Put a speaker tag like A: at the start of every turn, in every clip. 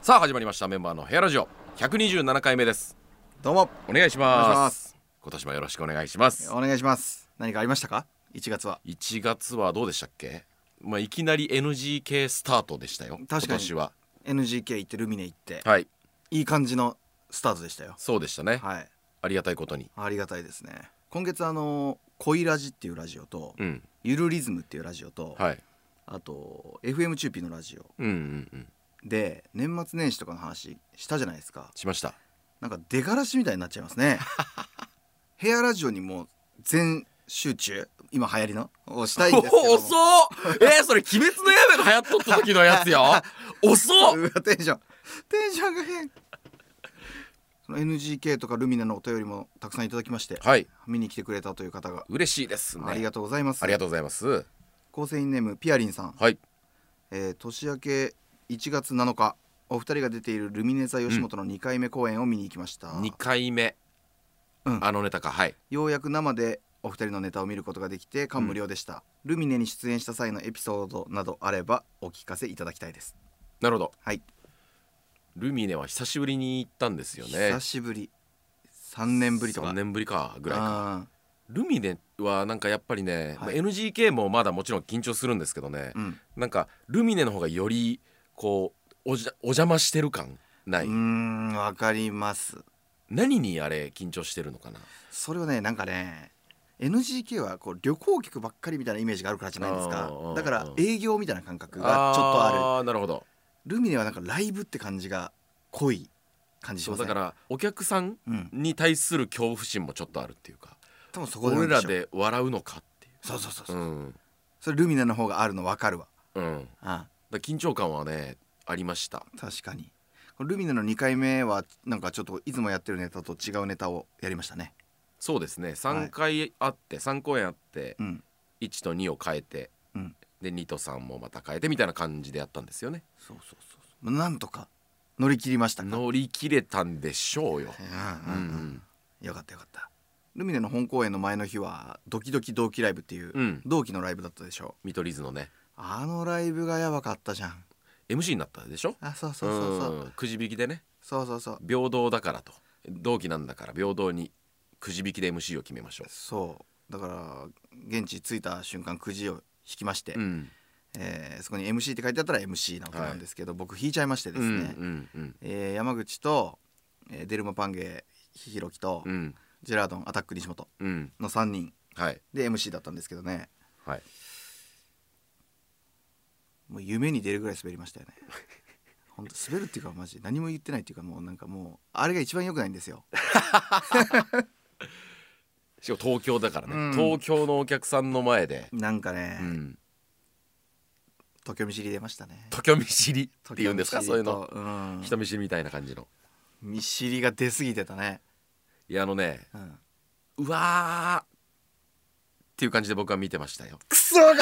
A: さあ始まりましたメンバーのヘアラジオ127回目です
B: どうも
A: お願いし
B: お願い
A: ま
B: しますす
A: 今年もよろしくお願いします
B: お願いします何かありましたか1月は
A: 1月はどうでしたっけまあいきなり NGK スタートでしたよ
B: 確かに
A: 今年は
B: NGK 行ってルミネ行って、
A: はい
B: い、い感じのスタートでしたよ
A: そうでしたね、
B: はい
A: ありがたいことに
B: ありがたいですね今月あの「恋ラジ」っていうラジオと「
A: うん
B: ゆるリズム」っていうラジオと、
A: はい
B: あと FM チューピーのラジオ
A: うんうんうん
B: で年末年始とかの話したじゃないですか
A: しました
B: なんか出がらしみたいになっちゃいま すねヘアラジオにもう全集中今流行りのをしたいんですけど
A: お
B: も
A: 遅っえー、それ「鬼滅の刃」が流行っとった時のやつ よ遅っ
B: うわテンションテンションが変その NGK とかルミネのお便りもたくさんいただきまして、
A: はい
B: 見に来てくれたという方が、
A: 嬉しいですね
B: ありがとうございます
A: ありがとうございます
B: 構成員ネームピアリンさん、
A: はい
B: えー年明け1月7日お二人が出ているルミネ座吉本の2回目公演を見に行きました、
A: 2回目、
B: うん
A: あのネタかはい
B: ようやく生でお二人のネタを見ることができて感無量でした、ルミネに出演した際のエピソードなどあればお聞かせいただきたいです
A: なるほど
B: はい、
A: ルミネは久しぶりに行ったんですよね
B: 久しぶり3年ぶりとか
A: 3年ぶりかぐらいか
B: か
A: ルミネはなんかやっぱりね、
B: はい
A: まあ NGK もまだもちろん緊張するんですけどね、
B: うん
A: なんかルミネの方がよりこうおじゃお邪魔してる感ない、
B: うーんわかります
A: 何にあれ緊張してるのかな
B: それはねなんかね NGK はこう旅行客ばっかりみたいなイメージがあるからじゃないです
A: あ
B: か
A: ー
B: だから
A: うん
B: 営業みたいな感覚がちょっとある
A: るなるほど
B: ルミネはなんかライブって感じが濃い感じし
A: そう
B: ますね
A: だからお客さん
B: うん
A: に対する恐怖心もちょっとあるっていうか、
B: 多分そこで
A: 俺
B: なん
A: ら
B: しょう
A: で笑うのかっていう
B: そうそうそうそううんそれルミネの方があるの分かるわ
A: うん
B: あ
A: だ緊張感はねありました
B: あ確かにこれルミネの2回目はなんかちょっといつもやってるネタと違うネタをやりましたね
A: そうですね3回あって、三3公演あって
B: うん
A: 1と2を変えて、
B: うん
A: で2と3もまた変えてみたいな感じでやったんですよね
B: そうそうそうそうなんとか乗り切りましたか
A: 乗り切れたんでしょうよ、
B: うんうんうんよかったよかったルミネの本公演の前の日はドキドキ同期ライブっていう、
A: うん
B: 同期のライブだったでしょ
A: 見取り図のね
B: あのライブがやばかったじゃん
A: MC になったでしょ
B: あそうそうそうそう、
A: んくじ引きでね
B: そうそうそう
A: 平等だからと同期なんだから平等にくじ引きで MC を決めましょ
B: そうだから現地着いた瞬間くじを引きまして、
A: う、うん
B: えーそこに MC って書いてあったら MC なわけなんですけど、僕引いちゃいましてで
A: う
B: すね、
A: んうんうん
B: えー山口と、えーデルマパンゲひろきと、
A: うん
B: ジェラードンアタック西本
A: うん
B: の3人
A: はい
B: で MC だったんですけどね
A: はい
B: もう夢に出るぐらい滑りましたよね本当滑るっていうかマジ何も言ってないっていうかもうなんかもうあれが一番良くないんですよ
A: しかも東京だからね、
B: うん
A: 東京のお客さんの前で、
B: なんかね、
A: うん、
B: 東京見知り出ましたね
A: 東京見知りっていうんですかそういうの、
B: うん、
A: 人見知りみたいな感じの
B: 見知りが出過ぎてたね、
A: いやあのね
B: うん、
A: うわーっていう感じで僕は見てましたよ
B: クソが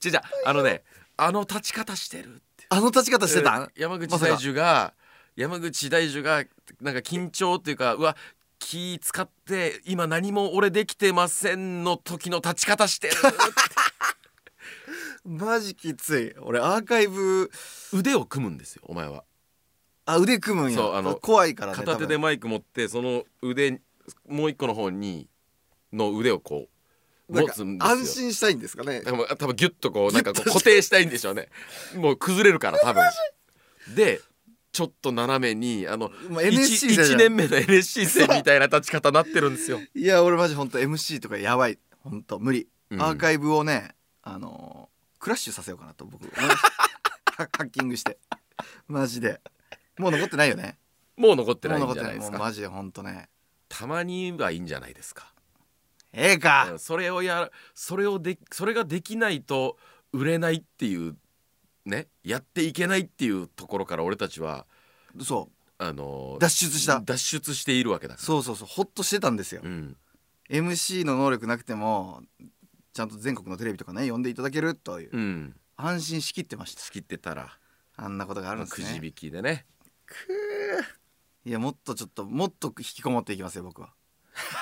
A: じゃじゃあのねあの立ち方してるって
B: あの立ち方してたん、
A: えー山口
B: まさか
A: 大樹が山口大樹がなんか緊張っていうかうわ気使って今何も俺できてませんの時の立ち方して る
B: マジきつい俺アーカイブ
A: 腕を組むんですよお前は
B: あ腕組むんや
A: そうあの
B: 怖いからね
A: 片手で
B: 多分
A: マイク持ってその腕もう一個の方にの腕をこう
B: なん
A: 持
B: か
A: つんですよ
B: 安心したいんですかね
A: 多分多分ギュッとこうなんかこう固定したいんでしょうねもう崩れるから多 分でちょっと斜めにあの
B: もう NSC じゃん
A: 1, 年目の NSC 生みたいな立ち方なってるんですよ
B: いや俺マジ本当 MC とかやばい本当無理、
A: うん
B: アーカイブをねあのークラッシュさせようかなと僕 ハハッキングしてマジでもう残ってないよね
A: もう残ってな
B: もう
A: いん
B: 残っ
A: じゃないで
B: てないも
A: す
B: う
A: か
B: マジで本当ね
A: たまにはいいんじゃないですか
B: ええか、
A: うんそれをやそれをでそれができないと売れないっていうねやっていけないっていうところから俺たちは
B: そ
A: あの
B: う脱出した
A: 脱出しているわけだから
B: そうそうそうホッとしてたんですよ、
A: うん、
B: MC の能力なくてもちゃんと全国のテレビとかね呼んでいただけるという、
A: うん、
B: 安心しきってました
A: 仕切ってたら
B: あんなことがあるんです
A: くじ
B: ね
A: 引きでね
B: いやもっとちょっともっと引きこもっていきますよ僕は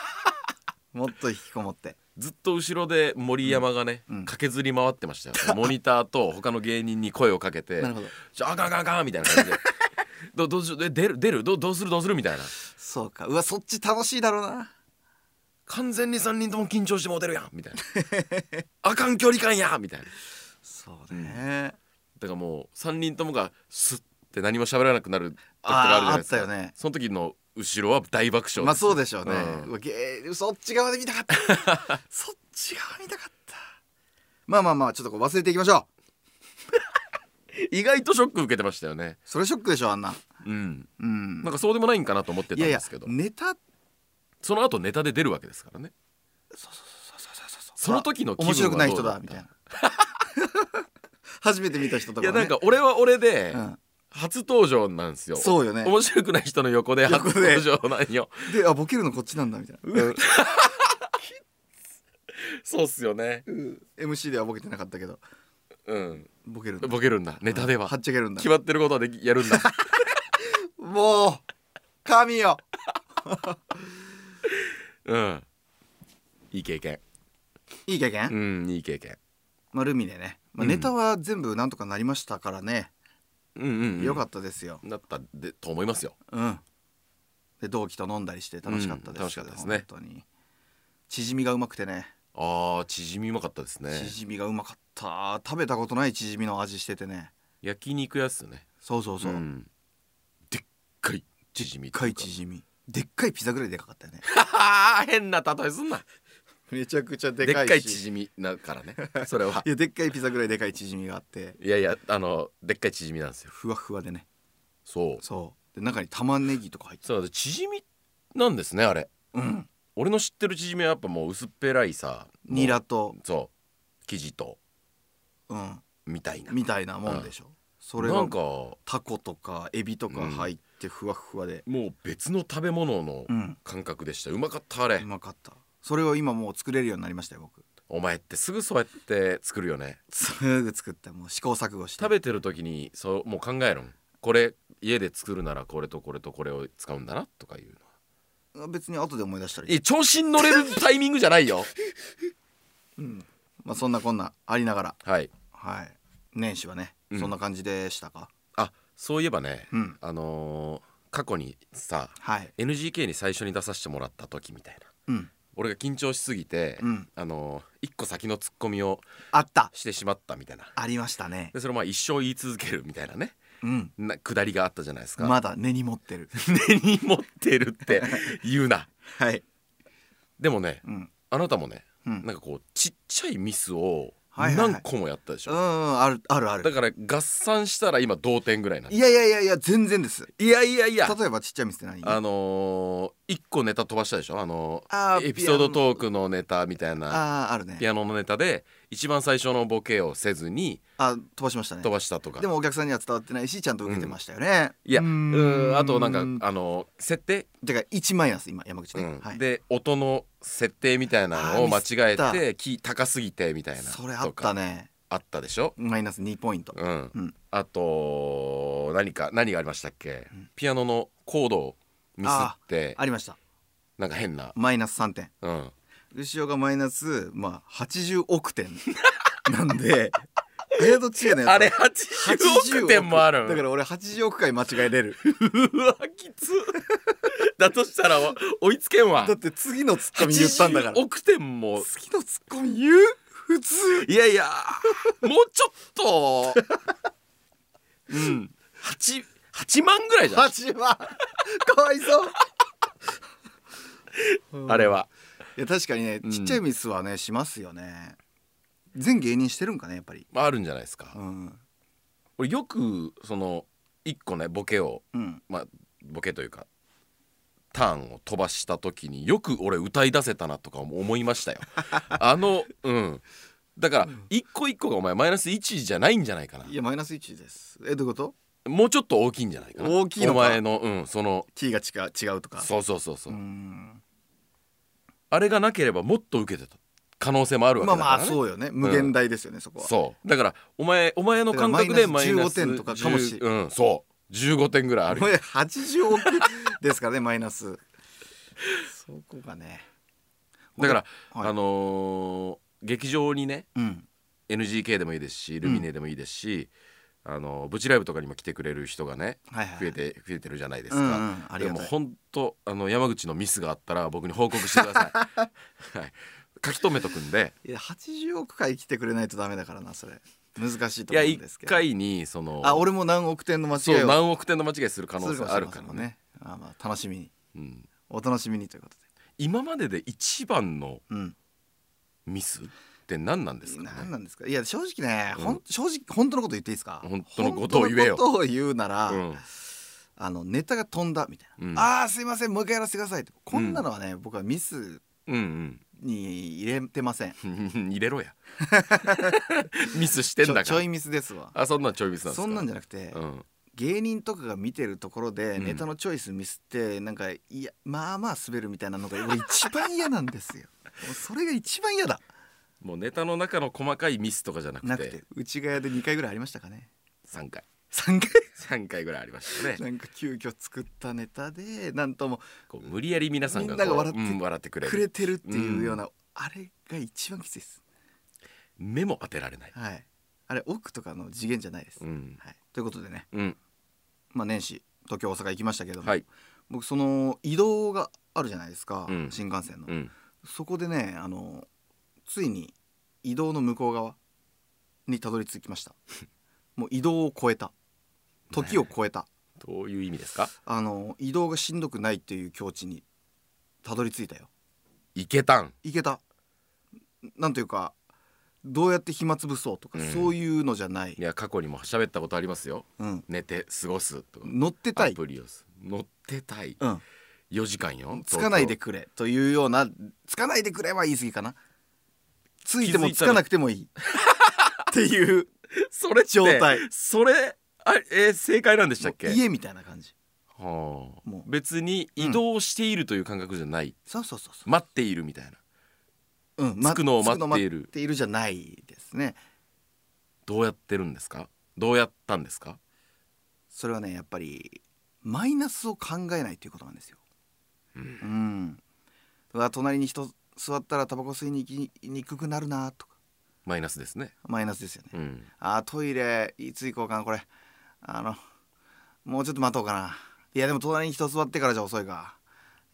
B: もっと引きこもって
A: ずっと後ろで森山がね、
B: うんうん
A: 駆けずり回ってましたよ モニターと他の芸人に声をかけて
B: なるほど
A: 「じゃああかんあかんあかん」みたいな感じで 「どどうしようえ出る出るどうどうするどうする」みたいな
B: そうかうわそっち楽しいだろうな
A: 完全に3人とも緊張してもうてるやん みたいな「あかん距離感や」みたいな
B: そうね、
A: だからもう3人ともがスッて何も喋らなくなる時とかあるじゃないですか
B: あーあったよね
A: その時の後ろは大爆笑
B: まあそうでしょうね、
A: うん
B: うわゲーそっち側で見たかった そっち側見たかったまあまあまあちょっとこう忘れていきましょう
A: 意外とショック受けてましたよね
B: それショックでしょあんな
A: うん
B: うん
A: なんかそうでもないんかなと思って
B: い
A: たん
B: やい
A: で
B: や
A: すけど
B: ネタ
A: その後ネタで出るわけですからねその時の気分
B: 面
A: はど
B: 白
A: うだ
B: くな
A: った
B: い人だみたいな 初めて見た人とか、
A: い
B: ね、
A: やなんか俺は俺で
B: うん
A: 初登場なんですよ
B: そうよね
A: 面白くない人の横で初
B: 横で
A: 登場なんよ
B: であボケるのこっちなんだみたいな
A: そうっすよね
B: MC ではボケてなかったけど
A: うん
B: ボケるんだ
A: ボケるんだネタでは
B: はっちゃけるんだ
A: 決まってることはできやるん だ
B: もう神よ
A: うんいい経験
B: いい経験、
A: うんいい経験
B: まあ、ルミネね、ま
A: う
B: あ、
A: ん
B: ネタは全部なんとかなりましたからね、
A: うんうん、うん、
B: よかったですよ
A: ただったでと思いますよ
B: うんで同期と飲んだりして楽しかったで
A: うん
B: す、
A: 楽しかったですね
B: 本当にチヂミがうまくてね
A: あー縮みうまかったですね
B: チヂミがうまかった食べたことないチヂミの味しててね
A: 焼肉屋っすよね
B: そうそうそう、
A: んでっかい縮み
B: でっかいチヂミでっかいピザぐらいでかかったよね
A: 変な例えすんな
B: めちゃくちゃ
A: で
B: で
A: っ
B: かい
A: かい縮みだからねそれはい
B: やでっかいピザぐらいで かいチヂミがあって
A: いやいやあのでっかい縮みなんですよ
B: ふわふわでね
A: そう
B: そうで中に玉ねぎとか入って
A: そうだ縮みなんですねあれ
B: うん
A: 俺の知ってる縮みはやっぱもう薄っぺらいさもう
B: ニラと
A: そう生地と
B: うん
A: みたいな
B: みたいなもんでしょ、それ
A: な
B: が
A: んかも
B: タコとかエビとか入ってふわふわで
A: う別の食べ物の
B: うん
A: 感覚でしたうまかったあれ
B: うまかったそれを今もう作れるようになりましたよ僕
A: お前ってすぐそうやって作るよね
B: すぐ作ったもう試行錯誤して
A: 食べてる時にそうもう考えるんこれ家で作るならこれとこれとこれを使うんだなとかいうの
B: 別に後で思い出したらいい、
A: え調子に乗れるタイミングじゃない よ
B: うんまあ、そんなこんなありながら
A: はい
B: はい年始はね、
A: うん
B: そんな感じでしたか
A: あそういえばね、
B: うん
A: あのー過去にさ
B: はい
A: NGK に最初に出させてもらった時みたいな
B: うん
A: 俺が緊張しすぎて、
B: うん
A: あのー一個先のツッコミを
B: あった
A: してしまったみたいな
B: ありましたね
A: でそれをまあ一生言い続けるみたいなね
B: うん
A: な下りがあったじゃないですか、
B: まだ根に持ってる
A: 根に持ってるって言うな
B: はい
A: でもね
B: うん
A: あなたもね
B: うん
A: なんかこうちっちゃいミスを
B: はいはいはい
A: 何個もやったでしょ、
B: うんうんあるあるある
A: だから合算したら今同点ぐらいなん
B: いやいやいやいや全然です
A: いやいやいや
B: 例えばちっちゃい店何
A: あのー、1個ネタ飛ばしたでしょあの
B: あ
A: ーエピソード
B: ー
A: トークのネタみたいな
B: あーあるね
A: ピアノのネタで一番最初のボケをせずに
B: あ飛ばしましたね
A: 飛ばしたとか、
B: でもお客さんには伝わってないしちゃんと受けてましたよね、
A: いやう
B: うーん
A: ーんあとなんかあのー設定、
B: てか1マイナス今山口
A: う
B: ね、
A: ん
B: はい、
A: で音の設定みたいなのを間
B: あー
A: 違え
B: ミ
A: てキー高すぎてみたいな
B: それあった
A: ね
B: ね
A: あったでしょ
B: マイナス2ポイント、
A: うん、
B: うん
A: あと何か何がありましたっけ、
B: ん
A: ピアノのコードをミスって
B: ありました
A: なんか変な、
B: マイナス3点
A: うん、
B: 後ろがマイナスまあ80億点なんで レードチェーのやつ
A: あれ80億点もある
B: だから俺80億回間違え れる
A: うわきつ だとしたらお 追いつけんわ
B: だって次のツッコミ言ったんだから
A: 80億点も
B: 次のツッコミ言う普通
A: いやいやもうちょっ とうん8 8万ぐらいじゃん
B: 8万かわいそう
A: あれ
B: は
A: はい
B: や確かにね
A: うん
B: ちっちゃいミスはね、しますよね全芸人してるんかねやっぱり
A: まああるんじゃないですか、
B: うん
A: 俺よくその1個ねボケを
B: うん
A: まあボケというかターンを飛ばした時によく俺歌い出せたなとか思いま したよあのうんだから一個一個がお前マイナス1じゃないんじゃないかない
B: やマイナス1ですえどういうこと
A: もうちょっと大きいんじゃないかな
B: 大きいの
A: お
B: か
A: 前のうんその
B: T が違う違うとか
A: そうそうそうそう、
B: ん
A: あれがなければもっと受けてた可能性もあるわけ
B: まあ
A: だから、ね
B: まあそうよね無限 大ですよね、そこは
A: そうだからお前お前の感覚で
B: だか
A: マ
B: らマ
A: イ
B: イ
A: ナ
B: ナ
A: ス
B: ス15点とかかもし
A: 10うんそう15点ぐらいある
B: こ
A: よ
B: れ80億ですからねマイナスそこがね
A: だから、
B: はい
A: あのー劇場にね
B: うん、
A: NGK でもいいですしルミネでもいいですし、あのブチライブとかにも来てくれる人がね
B: はいはい
A: 増えて増えてるじゃないです
B: うんうん
A: か、
B: あり
A: で
B: が
A: も
B: たい
A: 本当あの山口のミスがあったら僕に報告してくださ い、はい、書き留めとくんで
B: いや80億回来てくれないとダメだからなそれ難しい
A: い
B: と
A: や
B: 思うん
A: 一
B: ですけど
A: 回にその
B: あ俺も何億点の間
A: そ
B: 違いうを
A: 何億点の間違いする可能性あるからね
B: あまあ楽しみに
A: うん、
B: お楽しみにということ
A: 今までで一番の
B: でうん
A: ミスって何なんですかね
B: 何なんですかいや正直ね、ほ
A: うん
B: ん正直本当のこと言っていいですか
A: 本当のことを言えよ
B: 本当のことを言うなら、
A: うん
B: あのネタが飛んだみたいな、
A: うん
B: ああすいませんもう一回やらせてくださいってこんなのはね、僕はミス
A: うん
B: に入れてません
A: うん 入れろ やミスしてんだから
B: ちょちょいミスですわ
A: あそんなんちょいミスなんですか
B: そんなん
A: じ
B: じゃなくて、
A: ゃうん
B: 芸人とかが見てるところで
A: うん
B: ネタのチョイスミスってなんかいやまあまあ滑るみたいなのが俺一番嫌なんです よもうそれが一番嫌だ
A: もうネタの中の細かいミスとかじゃなく
B: なく
A: て
B: て内側で2回ぐらいありましたかね
A: 3回
B: 3回
A: 3回ぐらいありましたね
B: なんか急遽作ったネタでなんとも
A: こう無理やり皆さんがこう
B: みんなが笑って
A: うん笑ってくれる
B: くれてるっていうような、あれが一番きついです
A: 目も当てられない、
B: はいあれ奥とかの次元じゃないです、
A: うん
B: はい、ということでね、
A: うん、
B: まあ、年始東京大阪行きましたけども、
A: はい、
B: 僕その移動があるじゃないですか、
A: うん
B: 新幹線の、
A: うん、
B: そこでねあのついに移動の向こう側にたどり着き ましたもう移動を超えた時を超えた
A: どういう意味ですか
B: あの移動がしんどくないっていう境地にたどり着いたよ
A: いけたん
B: いけたなんというかどうやって暇つぶそうとか、
A: うん
B: そういうのじゃない
A: い、や過去にも喋ったことありますよ
B: うん、
A: 寝て過ごすとか
B: 乗ってた
A: ア
B: い、
A: プリをす乗ってたい
B: うん、
A: 4時間よ
B: つかないで
A: 東
B: くれというようなつかないでくれは言い過ぎかなついて
A: 気づ
B: も
A: い
B: つ
A: たら
B: かなくてもいいっていう
A: 京それって
B: 状態
A: それあえー正解なんでしたっけ
B: もう家みたいな感じ
A: はあ
B: もう
A: 別に移動しているという感覚じゃない、
B: そうそうそうそう
A: 待っているみたいな
B: うん、
A: 着くのを待っている
B: 着くのを待っているじゃないですね
A: どうやってるんですかどうやったんですか
B: それはねやっぱりマイナスを考えないということなんですよ
A: うん
B: ん、うわ隣に人座ったらタバコ吸いに行きにくくなるなとか
A: マイナスですね
B: マイナスですよね、
A: うん
B: あートイレいつ行こうかなこれあのもうちょっと待とうかないやでも隣に人座ってからじゃ遅いか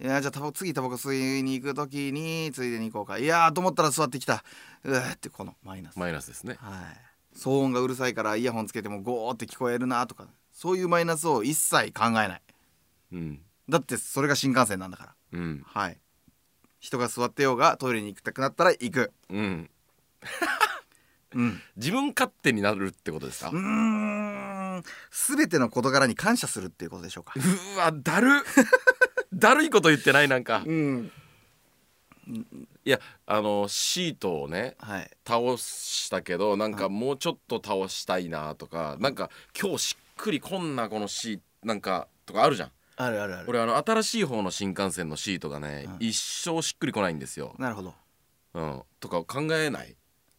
B: いやじゃあタバコ次タバコ吸いに行く時についでに行こうかいやーと思ったら座ってきたうわーってこのマイナス
A: マイナスですね
B: はい、騒音がうるさいからイヤホンつけてもゴーって聞こえるなとかそういうマイナスを一切考えない
A: うん
B: だってそれが新幹線なんだから
A: うん
B: はい人が座ってようがトイレに行きたくなったら行く
A: うん
B: うん
A: 自分勝手になるってことですか
B: うーん全ての事柄に感謝するっていうことでしょうか
A: うわだる だるいこと言ってないなんか
B: うん
A: いやあのシートをね
B: はい
A: 倒したけどなんかもうちょっと倒したいなとかなんか今日しっくりこんなこのシーなんかとかあるじゃん
B: あるあるある
A: 俺あの新しい方の新幹線のシートがね、
B: うん
A: 一生しっくりこないんですよ、
B: なるほど
A: うん、とか考えない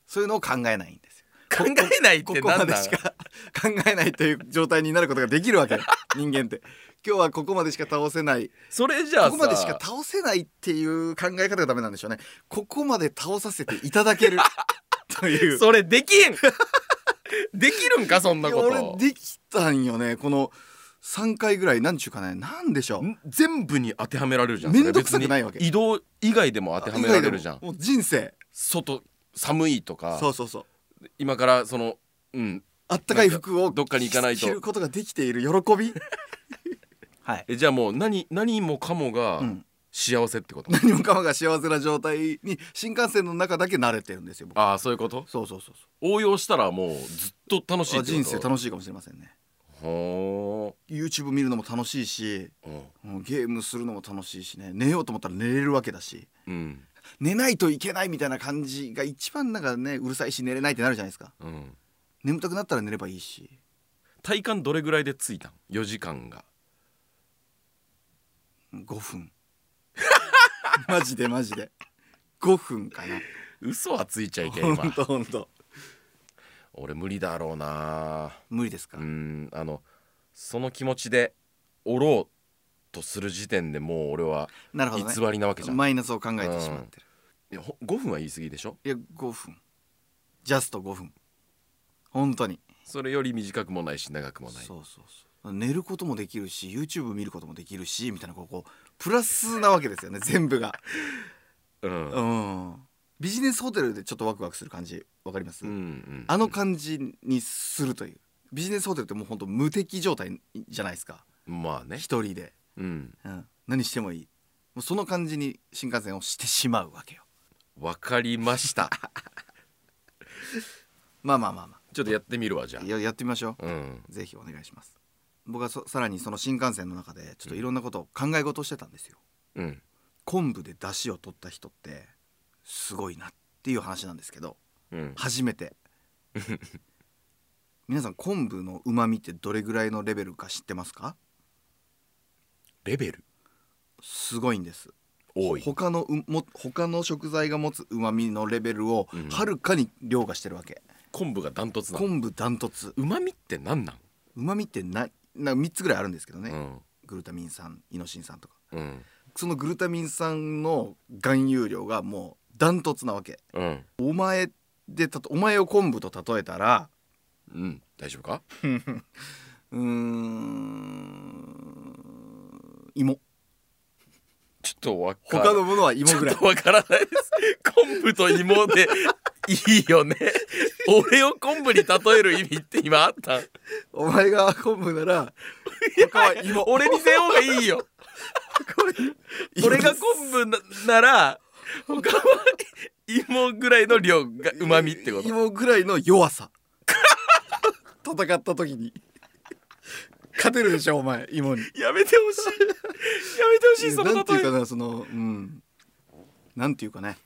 B: そういうのを考えないんですよ
A: 考えないっ
B: こ
A: て
B: こ
A: な
B: ま
A: ん
B: で
A: だ
B: しか考えないという状態になることができるわ けよ人間って今日はここまでしか倒せない
A: それじゃあさ
B: ここまでしか倒せないっていう考え方がダメなんでしょうねここまで倒させていた だけるという
A: それできん できるんかそんなこ
B: いや
A: と
B: 俺できたんよねこの3回ぐらいなんちゅうかねなんでしょうん
A: 全部に当てはめられるじゃんそれ
B: めんどくさくないわけ
A: 別に移動以外でも当てはめられるじゃ
B: 以外
A: ん
B: でももう人生
A: 外寒いとか
B: そうそうそう
A: 今からそのうん
B: あったかい服
A: な
B: を
A: んかどっかに行かないと
B: 着ることができている喜 びはい、
A: えじゃあもう何何もかもが
B: うん、
A: 幸せってこと、
B: 何もかもが幸せな状態に新幹線の中だけ慣れてるんですよ僕
A: ああそういうこと
B: そうそうそうそ
A: 応用したらもうずっと楽しいうっ
B: あ
A: てこと
B: 人生楽しいかもしれませんね
A: ほ
B: YouTube 見るのも楽しいし
A: ーうん
B: うんゲームするのも楽しいしね寝ようと思ったら寝れるわけだし
A: うん
B: 寝ないといけないみたいな感じが一番なんかねうるさいし寝れないってなるじゃないですか
A: うん
B: 眠たくなったら寝ればいいし
A: 体感どれぐらいで着いたん4時間が
B: 5分 マジでマジで5分かな
A: 嘘はついちゃい けん
B: ほん
A: わ
B: とほんと
A: 俺無理だろうな
B: 無理ですか、
A: うんあのその気持ちでおろうとする時点でもう俺は
B: なるほどね
A: 偽りなわけじゃん、
B: マイナスを考えてしまってる、
A: いやほ5分は言い過ぎでしょ
B: いや5分ジャスト5分本当に
A: それより短くもないし長くもない
B: そうそうそう寝ることもできるし YouTube 見ることもできるしみたいなこうこうプラスなわけですよね全部が
A: うん
B: う、んビジネスホテルでちょっとワクワクする感じわかります、
A: うんうん
B: あの感じにするというビジネスホテルってもう本当無敵状態じゃないですか
A: まあね
B: 一人で、
A: うん
B: うん、何してもいいもうその感じに新幹線をしてしまうわけよ
A: わかりました
B: まあまあまあま
A: ちょっとやってみるわじゃ
B: あややってみましょう
A: あうん
B: ぜひお願いします僕はそさらにその新幹線の中でちょっといろんなことを考え事をしてたんですよ
A: うん
B: 昆布で出汁を取った人ってすごいなっていう話なんですけど
A: うん
B: 初 めて皆さん昆布のうまみってどれぐらいのレベルか知ってますか
A: レベル
B: すごいんです
A: 多い
B: 他のうも他の食材が持つうまみのレベルを
A: うん
B: はるかに凌駕してるわけ、
A: 昆布がダントツなの
B: 昆布ダントツ
A: うまみってなんなん、
B: うまみってなな3つぐらいあるんですけどね、
A: うん
B: グルタミン酸イノシン酸とか
A: うん
B: そのグルタミン酸の含有量がもうダントツなわけ
A: うん
B: お前でたとお前を昆布と例えたら
A: うん大丈夫か
B: うーん芋
A: ちょっとわか
B: 他のものは芋ぐらい
A: ちょっとわからないです 昆布と芋 でいいよね俺を昆布に例える意味って今あった
B: お前が昆布なら他は芋
A: 俺にせようがいいよ 俺が昆布ななら他は芋ぐらいの量がうまみってこと
B: 芋ぐらいの弱さ 戦った時に勝てるでしょお前芋に
A: やめてほしいやめてほしいその
B: なんていう
A: 例え
B: かなそのうんなんていうかね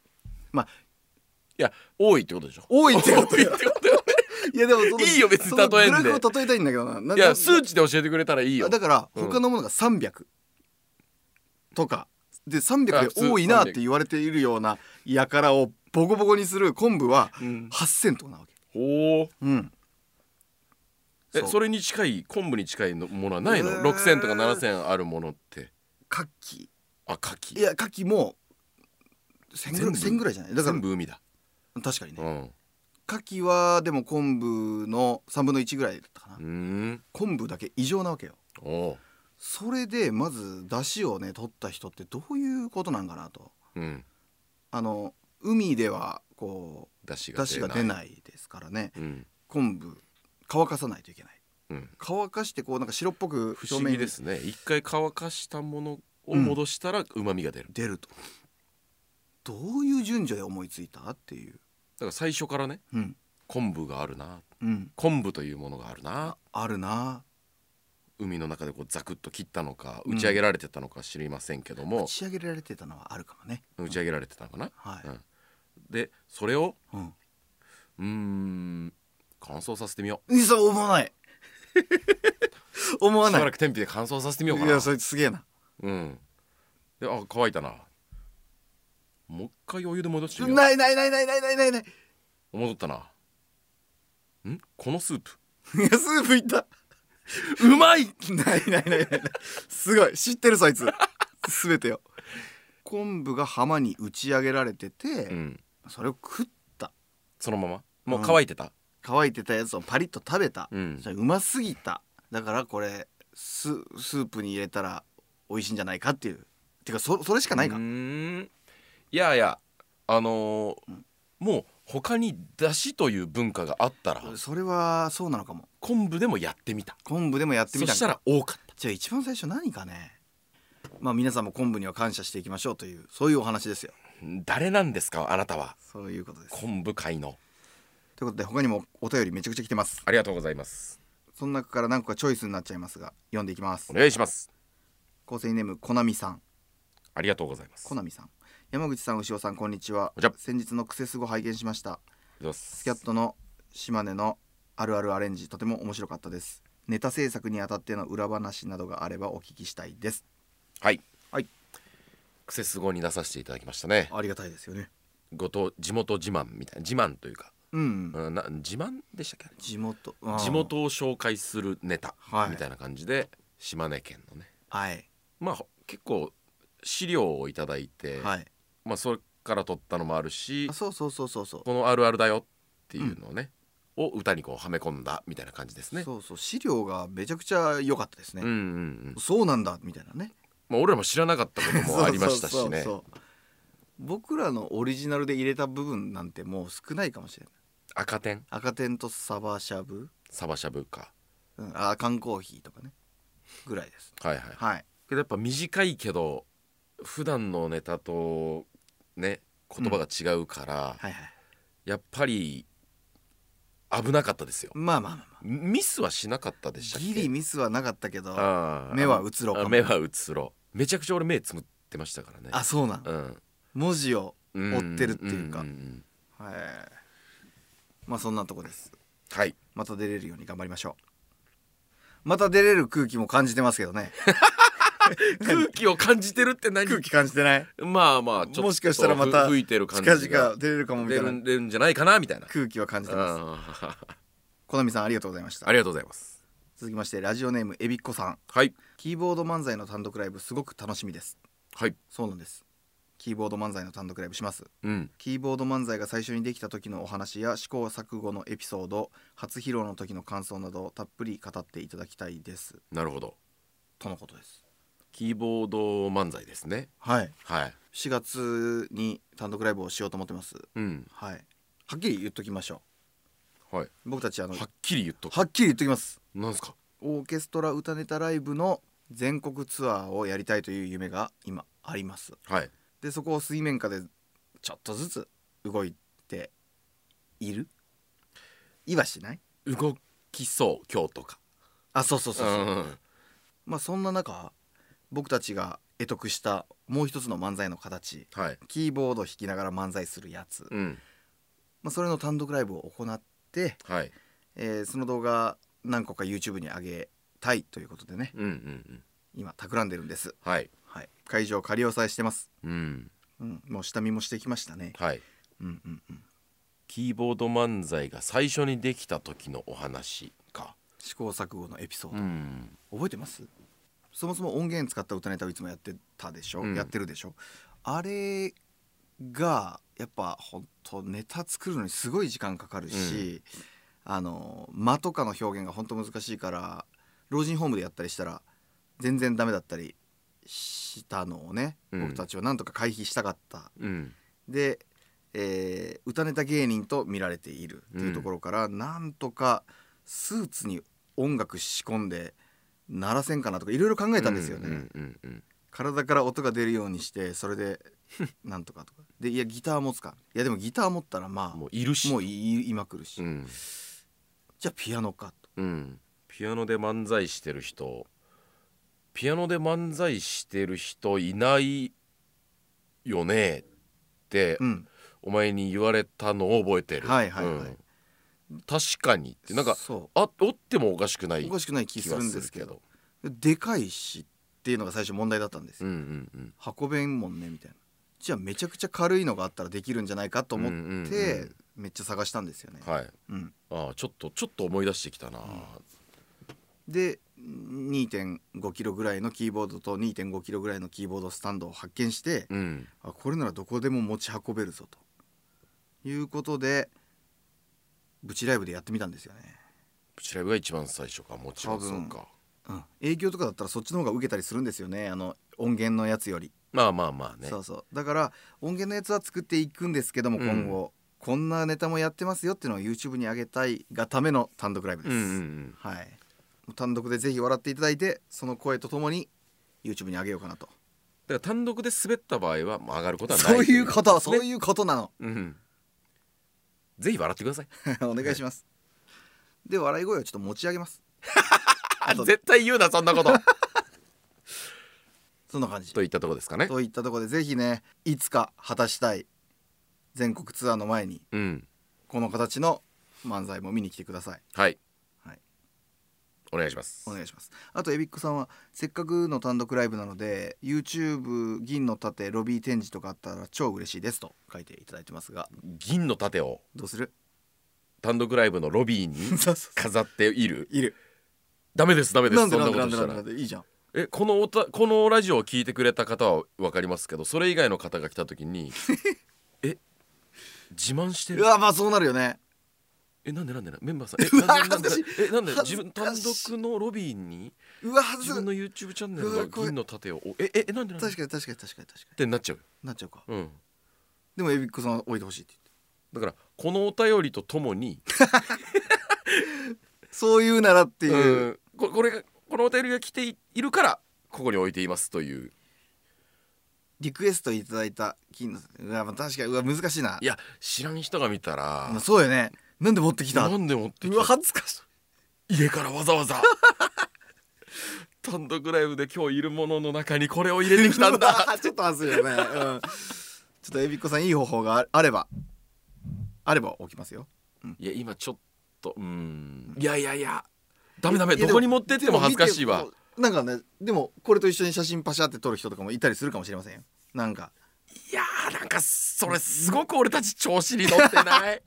B: まあ
A: いや多いってことでしょ
B: 多いってこと
A: 多いってことよ
B: いやでもその
A: いいよ別に例えんで
B: そのグラフを例えたいんだけどなない
A: や
B: な
A: 数値で教えてくれたらいいよ
B: だから
A: うん
B: 他のものが300とかで300で多い
A: あ
B: な
A: 普
B: っ
A: 通
B: て言われているような輩をボコボコにする昆布は
A: うん
B: 8000とかなわけ
A: ほう
B: うん
A: え
B: そう
A: それに近い昆布に近いのものはないの、
B: えー
A: ?6000 とか7000あるものって
B: 牡蠣
A: あ牡蠣
B: いや牡蠣も1000ぐらい
A: 全部
B: 1000ぐらいじゃないだから
A: 全部海だ、
B: 確かに
A: う
B: ね
A: ん、
B: 牡蠣はでも昆布の3分の1ぐらいだったかな
A: うーん
B: 昆布だけ異常なわけよ
A: おう
B: それでまず出汁をね取った人ってどういうことなんかなと
A: うん
B: あの海ではこ
A: 出汁
B: う
A: が
B: 出
A: 出
B: 汁
A: ない
B: が出ないですからね
A: うん
B: 昆布乾かさないといけない
A: うん、
B: 乾かしてこうなんか白っぽく
A: 不
B: 表
A: 思議
B: 面に
A: ですね一回乾かしたものを戻したらうまみが出る、だ
B: 出るとどういう順序で思いついたっていう
A: から最初からね
B: うん
A: 昆布があるな
B: うん
A: 昆布というものがあるな
B: あるな
A: 海の中でこうザクッと切ったのか
B: うん
A: 打ち上げられてたのか知りませんけど
B: 打
A: も、
B: ち上げられてたのはあるかもね
A: 打ち上げられてたのかな、
B: はい、
A: でそれを
B: うん
A: うーん乾燥させてみよ
B: うん、そう思わない 思
A: う
B: わ
A: し
B: な
A: ば
B: い
A: らく天日で乾燥させてみようか
B: い
A: な
B: やそれすげえな
A: うんであ乾いたなもう一回お湯で戻してみよう
B: ないないないないないないないない
A: 戻ったなんこのスープ
B: いやスープいったうまいないないないないないすごい知ってるそいつすべてよ昆布が浜に打ち上げられてて、
A: うん
B: それを食った
A: そのままもう乾いてた
B: 乾いてたやつをパリッと食べた、
A: うん
B: それうますぎただからこれススープに入れたら美味しいんじゃないかっていうてかそそれしかないか、
A: うーんいやいやあのーもう他に出汁という文化があったら
B: それはそうなのかも
A: 昆布でもやってみた
B: 昆布でもやってみ
A: そ
B: た
A: した
B: ら
A: ら多かった
B: じゃあ一番最初何かねまあ皆さんも昆布には感謝していきましょうというそういうお話ですよ
A: 誰なんですかあなたは
B: そういうことです
A: 昆布界の
B: ということで他にもお便りめちゃくちゃ来てます
A: ありがとうございます
B: その中から何個かチョイスになっちゃいますが読んでいきます
A: お願いします
B: 構成ネームコナミさん
A: ありがとうございます
B: コナミさん山口さん牛尾さんこんにちは
A: こんにちは
B: 先日のクセスゴ拝見しました
A: どうぞ
B: スキャットの島根のあるあるアレンジとても面白かったですネタ制作にあたっての裏話などがあればお聞きしたいです
A: はい
B: はい
A: クセスゴに出させていただきましたね
B: ありがたいですよね
A: ごと地元自慢みたいな自慢というか
B: うん
A: うんな自慢でしたっけ
B: 地元あー
A: 地元を紹介するネタ
B: はい
A: みたいな感じで、島根県のね
B: はい
A: まあほ結構資料をいただいて、
B: はい
A: まあ、それから撮ったのもあるし
B: あそうそうそうそうそう
A: この「あるあるだよ」っていうのをね、を歌にこうはめ込んだみたいな感じですね。
B: そうそう資料がめちゃくちゃ良かったですね、
A: うんうんうん
B: そうなんだみたいなね
A: まあ、俺らも知らなかった こともありましたしね
B: そうそうそう僕らのオリジナルで入れた部分なんてもう少ないかもしれない
A: 赤点
B: 赤点とサバシャブ、
A: サバシャブか
B: うん、あ缶コーヒーとかねぐらいです
A: はいはい
B: はい
A: けどやっぱ短いけど普段のネタとね言葉が違うから、
B: はいはい
A: やっぱり危なかったですよ
B: まあまあまあ、ま
A: ミスはしなかったでしたっ
B: あ、
A: け
B: ギリミスはなかったけど
A: あー
B: 目はうつろか
A: あ
B: も
A: 目はうつろめちゃくちゃ俺目つむってましたからね
B: あそうなん
A: うん
B: 文字を
A: うん
B: 追ってるっていうか
A: んん
B: はいまあそんなとこです
A: はい
B: また出れるように頑張りましょうまた出れる空気も感じてます けどね
A: 空気を感じてるって何
B: 空気感じてない
A: まあまあちょっと
B: もしかしたらまた
A: 吹いてる感じ
B: 近
A: が
B: 々出れるかもみ
A: 出
B: たい
A: る
B: なん
A: 出るんじゃないかなみたいな
B: 空気は感じてます
A: あー
B: 好みさんありがとうございました
A: ありがとうございます
B: 続きましてラジオネームえびっこさん
A: はい
B: キーボード漫才の単独ライブすごく楽しみです
A: はい
B: そうなんですキーボード漫才の単独ライブします
A: うん
B: キーボード漫才が最初にできた時のお話や試行錯誤のエピソード初披露の時の感想などをたっぷり語っていただきたいです
A: なるほど
B: とのことです
A: キーボード漫才ですね
B: はい
A: はい
B: 4月に単独ライブをしようと思ってます
A: うん
B: はいはっきり言っときましょ
A: はいう
B: 僕たちあの
A: はっきり言っとく
B: はっきり言っときます
A: なんですか
B: オーケストラ歌ネタライブの全国ツアーをやりたいという夢が今あります
A: はい
B: でそこを水面下でちょっとずつ動いているいはしない
A: 動きそう今日とか
B: あそうそうそうそう、
A: うん
B: まあそんな中僕たちが得得したもう一つの漫才の形
A: はい
B: キーボード弾きながら漫才するやつ、
A: うん
B: まあ、それの単独ライブを行って、
A: はい
B: えーその動画何個か YouTube に上げたいということでね
A: うんうんうん
B: 今企んでるんです、
A: はい
B: はい、会場仮押さえしてます
A: うん
B: うん、もう下見もしてきましたね。
A: はい
B: うんうんうん。
A: キーボード漫才が最初にできた時のお話か
B: 試行錯誤のエピソード、
A: ん
B: 覚えてます？そもそも音源使った歌ネタをいつもやってたでしょ。
A: うん
B: やってるでしょ。あれがやっぱ本当ネタ作るのにすごい時間かかるし、あの間とかの表現が本当難しいから老人ホームでやったりしたら全然ダメだったりしたのをね、
A: うん
B: 僕たちはなんとか回避したかった
A: うん
B: で、えー歌ネタ芸人と見られているというところから、なんとかスーツに音楽仕込んで鳴らせんかなとかいろいろ考えたんですよね、
A: うんうんうん
B: 体から音が出るようにしてそれ でなんとかとかでいやギター持つかいやでもギター持ったらま
A: う
B: あ
A: ん
B: も
A: もういる
B: う
A: し
B: いいまくるし、
A: うん
B: じゃあピアノかと
A: うんピアノで漫才してる人ピアノで漫才してる人いないよねって
B: うん
A: お前に言われたのを覚えてる
B: はいはいはい
A: うん確かにってなんか
B: そ
A: あおってもおかしくな
B: う
A: い
B: おかしくない気
A: 気
B: する
A: が
B: ん
A: す
B: で
A: る
B: すけ
A: け
B: ど
A: ど
B: でかいしっていうのが最初問題だったんですよ
A: うんうんうん
B: 運べんもんねみたいなじゃあめちゃくちゃ軽いのがあったらできるんじゃないかと思って、
A: うんうんうん
B: めっちゃ探したんですよね、
A: はい
B: うん、
A: ああちょっとちょっと思い出してきたな、
B: で2 5キロぐらいのキーボードと2 5キロぐらいのキーボードスタンドを発見して、
A: うん、
B: あこれならどこでも持ち運べるぞということでブチライブでやってみたんですよね、
A: プチライブが一番最初かもちろんそうか
B: うん、営業とかだったらそっちの方が受けたりするんですよねあの音源のやつより
A: まあまあまあね
B: そうそうだから音源のやつは作っていくんですけども
A: うん
B: 今後、こんなネタもやってますよっていうのを YouTube に上げたいがための単独ライブで
A: う
B: す、
A: んうんうん
B: はいもう単独でぜひ笑っていただいてその声とともに YouTube に上げようかなと
A: だから単独で滑った場合は、まあ、上がることはない
B: そういうこと、
A: ね
B: そういうことなの
A: うんぜひ笑ってください
B: お願いしますで笑い声をちょっと持ち上げます あと
A: 絶対言うなそんな こと
B: そんな感じ
A: といったとこですかね
B: といったところでぜひねいつか果たしたい全国ツアーの前に
A: うん
B: この形の漫才も見に来てください
A: はい、
B: はい
A: お願いします
B: お願いしますあとエビックさんはせっかくの単独ライブなので YouTube 銀の盾ロビー展示とかあったら超嬉しいですと書いていただいてますが
A: 銀の盾を
B: どうする
A: 単独ライブのロビー に
B: そうそう
A: 飾って いる
B: いる
A: ダメですダメです
B: な
A: そ
B: ん
A: ん
B: で
A: な
B: なん
A: こ
B: で
A: と
B: な
A: した
B: んでなんでな
A: ら
B: んでいいじゃん
A: えこのおたこのラジオを聞いてくれた方は分かりますけどそれ以外の方が来た時に え自慢して
B: う
A: る
B: わまあそうなるよね
A: えなんでなんでなんメンバーさんえ
B: うわ
A: なんでなんで
B: 恥
A: えなんで
B: 恥
A: 自
B: ず
A: 分
B: か
A: 単
B: しい
A: 独のロビーに
B: うわはず
A: 自分の YouTube チャンネ
B: うわ
A: ルが
B: 怖い
A: 銀の盾をおえええなんでなんでっ
B: 確かに確かに確かに確か
A: てなっちゃう
B: になっちゃうか
A: うん
B: でもエビックさんは置いてほしいって言っ
A: だからこのお便りとともに
B: てそういうならっていう、
A: うんここれがこのお便りが来ていいるからここに置いていますという
B: リクエストいただいた金のうわまあ確かにうわ難しいない
A: や知らん人が見たら
B: まあそうよねなんで持ってきた
A: なんで持ってき
B: う
A: た
B: わ恥ずかしい
A: 家からわざわ ざ単独ライブで今日いるものの中にこれを入れてきたんだ
B: うわ ちょっと恥ずいよね、うん、ちょっとエビッコさんいい方法がああればあれば置きますよ
A: いや今ちょっとうんいやいやいやダメダメ
B: いや
A: どこに持ってっても恥ずかしいわ
B: でも見てなんかねでもこれと一緒に写真パシャって撮る人とかもいたりするかもしれませんよなんか
A: いやーなんかそれすごく俺たち調子に乗ってない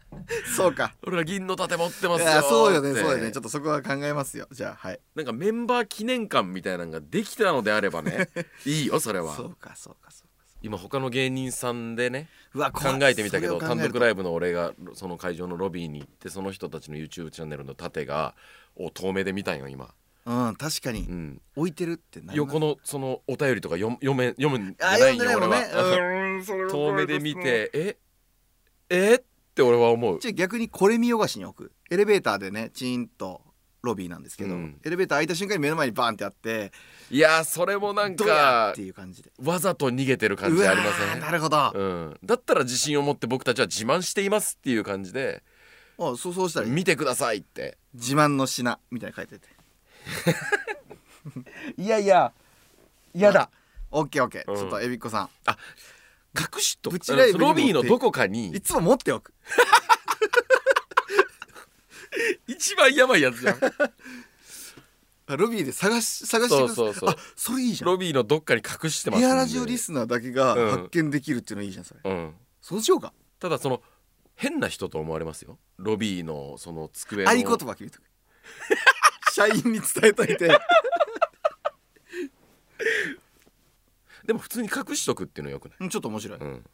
B: そうか
A: 俺ら銀の盾持ってま
B: い
A: すよ
B: やそうよね
A: って
B: そうよねちょっとそこは考えますよじゃあはい
A: なんかメンバー記念館みたいなのができたのであれば ねいいよそれは
B: そうかそうかそうかそ
A: 今他の芸人さんでね
B: うわ
A: 考えてみたけど単独ラ
B: イ
A: イブの俺がその会場のロビーに行ってその人たちの YouTube チャンネルの盾がを遠目で見たんよ今、
B: ブうん確かに
A: うん、
B: 置いてるってなります
A: 横のそのお便りとか読む読め読むんじ
B: あ
A: ゃな
B: 読
A: い
B: ん
A: よ
B: でない
A: 俺
B: もんね
A: は
B: うん
A: 遠目で見てええって俺は思う
B: じゃあ逆にこれ見よがしに置くエレベーターでねチーンとロビーなんですけど、
A: うん
B: エレベーター開いた瞬間に目の前にバーンってあって
A: いやーそれもなん
B: ドヤ
A: か
B: っていう感じで
A: わざと逃げてる感じありま
B: うわ
A: せ
B: ー
A: ん
B: なるほど、
A: うん、だったら自信を持って僕たちは自慢していますっていう感じで
B: あそうそうしたらいい
A: 見てくださいって
B: 自慢の品みたいなの書い てていやいや嫌だオッケーオッケー、
A: うん
B: ちょっとエビっ子さ
A: 隠しと
B: ブチライブにも
A: ロビーのどこかに
B: んいつも持っておく
A: 一番やばいやつじゃ ん
B: あロビーで探し探してください
A: そうそうそう
B: あそれいいじゃん
A: ロビーのどっかに隠してますん
B: リ
A: で
B: アラジオリスナーだけが
A: うん
B: 発見できるっていうのいいじゃんそれ、
A: うん、
B: そうしようか
A: ただその変な人と思われますよロビーのその机の
B: 合言葉決めとく社員に伝えといて
A: でも普通に隠しとくっていうのよくない、
B: うんちょっと面白い、
A: うん、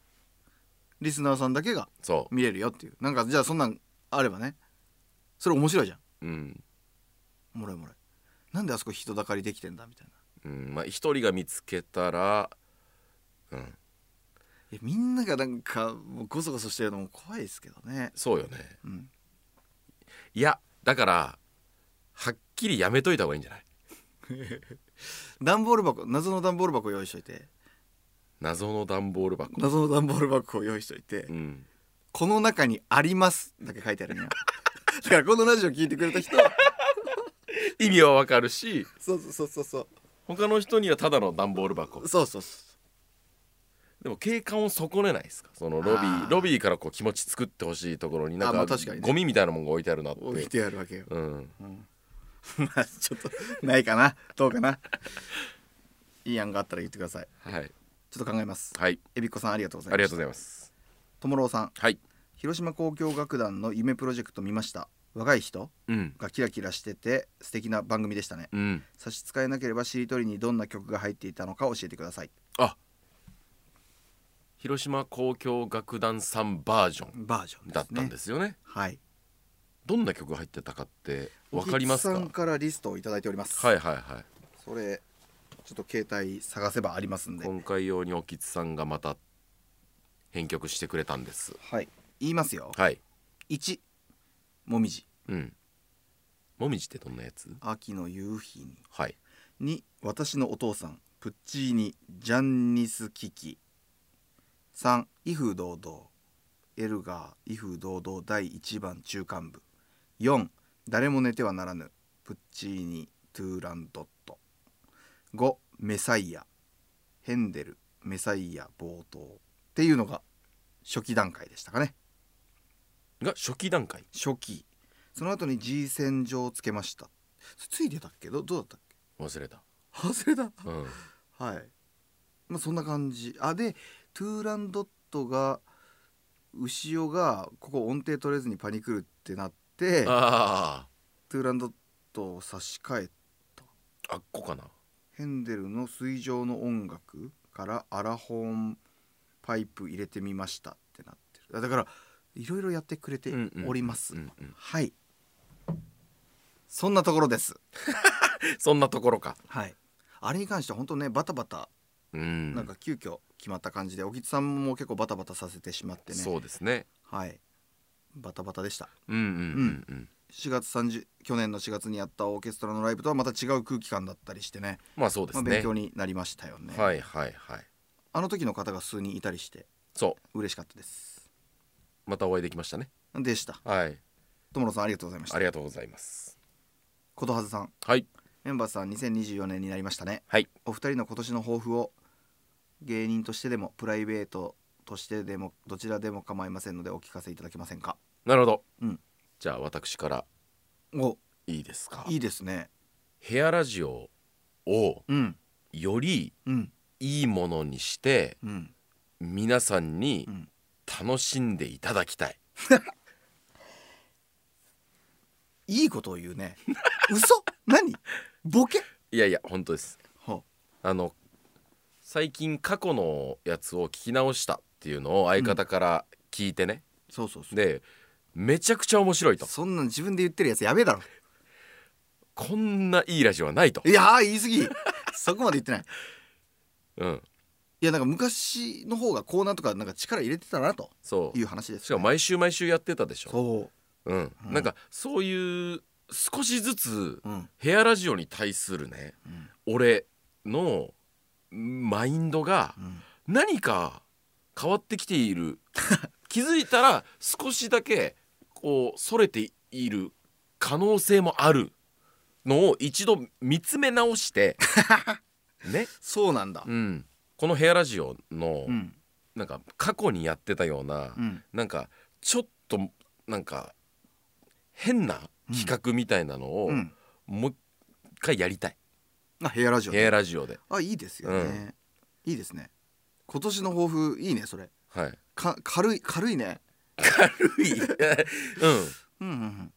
B: リスナーさんだけが
A: そ
B: 見れるよっていうなんかじゃあそんなんあればねそれ面白いじゃん
A: う、うん
B: おもろいおもろいなんであそこ人だかりできてんだみたいな
A: うん、まあ一人が見つけたら、うん、
B: いやみんながなんかもうゴソゴソしてるのも怖いですけどね
A: そうよね
B: うん
A: いやだからはっきりやめといた方がいいんじゃない
B: 段ボール箱謎の段ボール箱用意しといて
A: 謎の段ボール箱、
B: 謎の段ボール箱を用意しといて
A: うん、
B: この中にありますだけ書いてある のよだからこのラジオ聞いてくれた人は
A: 意味はわかるし
B: そうそうそうそうそう
A: 他の人にはただの段ボール箱
B: そうそうそ
A: でも景観を損ねないですかそのロビ
B: あー
A: ーロビーからこう気持ち作ってほしいところになん
B: あまあ
A: か
B: 確かにね
A: ゴミみたいなもんが置いてあるなって
B: う置いてあるわけよ
A: うん、
B: まあちょっとないかなどうかないい案があったら言ってください
A: はい
B: ちょっと考えます
A: はい
B: えびっこさんありがとうござい
A: あ
B: ま
A: りが
B: した
A: とうございます
B: ともろうさん
A: はい
B: 広島交響楽団の夢プロジェクト見ました若い人
A: うん
B: がキラキラしてて素敵な番組でしたね
A: うん
B: 差し支えなければしりとりにどんな曲が入っていたのか教えてください
A: あ広島交響楽団さんバージョン
B: バージョンですね
A: だったんですよね
B: はい
A: どんな曲が入ってたかってわかります
B: お
A: か
B: 菊さんからリストをいただいております
A: はいはいはい
B: それちょっと携帯探せばありますんで
A: 今回用におきつさんがまた編曲してくれたんです
B: はい言いますよ
A: はい
B: 1もみじ
A: うんもみじってどんなやつ
B: 秋の夕日に
A: はい
B: 2私のお父さんプッチーニジャンニス・キキ3威風堂々エルガー威風堂々第1番中間部4誰も寝てはならぬプッチーニトゥーランドット5メサイアヘンデルメサイア冒頭っていうのが初期段階でしたかね
A: が初期段階
B: 初期その後に G 戦場をつけましたついてたっけどどうだったっけ
A: 忘れた
B: 忘れた
A: うん
B: はい、まあ、そんな感じあでトゥーランドットが牛尾がここ音程取れずにパニクるってなって
A: あ
B: トゥーランドットを差し替え
A: ああっこかな
B: ヘンデルの「水上の音楽」からアラホーンパイプ入れてみましたってなってるだからいろいろやってくれて
A: うんうん
B: おります、
A: うんうん
B: はいそんなところです
A: そんなところか
B: はいあれに関しては本当ねバタバタ
A: うん
B: なんか急遽決まった感じで小木さんも結構バタバタさせてしまってね
A: そうですね
B: はいバタバタでした
A: うんうんうんうん
B: 4月30去年の4月にやったオーケストラのライブとはまた違う空気感だったりしてね
A: まあそうで
B: ますあ、
A: ね
B: 勉強になりましたよね、
A: はいはいはい
B: あの時の方が数人いたりして
A: そ
B: 嬉しかったです
A: うまたお会いできましたね
B: でした
A: はい
B: 友野さんありがとうございまし
A: あ
B: た
A: りがとうございます
B: ことはずさん
A: はい
B: メンバーさん2024年になりましたね
A: はい
B: お二人の今年の抱負を芸人としてでもプライベートとしてでもどちらでも構いませんのでお聞かせいただけませんか
A: なるほど、
B: うん
A: じゃあ私から
B: お
A: いいですか
B: いいですね
A: ヘアラジオを
B: うん
A: より
B: うん
A: いいものにして
B: うん
A: 皆さんに
B: うん
A: 楽しんでいただきたい、
B: いいことを言うね嘘何ボケ
A: いやいや本当です
B: ほ
A: あの最近過去のやつを聞き直したっていうのを相方から聞いてね、
B: うそうそうそう
A: でめちゃくちゃ面白いと
B: そんなん自分で言ってるやつやべえだろ
A: こんないいラジオはないと
B: い、やー言い過ぎそこまで言ってない
A: うん、
B: いやなんか昔の方がコーナーとかなんか力入れてたなと
A: そ
B: いう話で
A: う
B: す、
A: しかも毎週毎週やってたでしょ、
B: そう
A: ん、
B: うん
A: なんかそういう少しずつ
B: ううん
A: ヘアラジオに対するね
B: うん
A: 俺のマインドが
B: うん
A: 何か変わってきている 気づいたら少しだけこうそれている可能性もあるのを一度見つめ直して ね、
B: そうなんだ
A: うん、この「ヘアラジオの」
B: うん
A: なんか過去にやってたような、
B: うん
A: なんかちょっとなんか変な企画みたいなのを
B: うん
A: もう一回やりたい、
B: あヘアラジオね
A: ヘアラジオで。
B: あいいですよねいいですね今年の抱負いいねそれ
A: はい、
B: か軽い軽いね
A: 軽 いうん
B: うんうんうん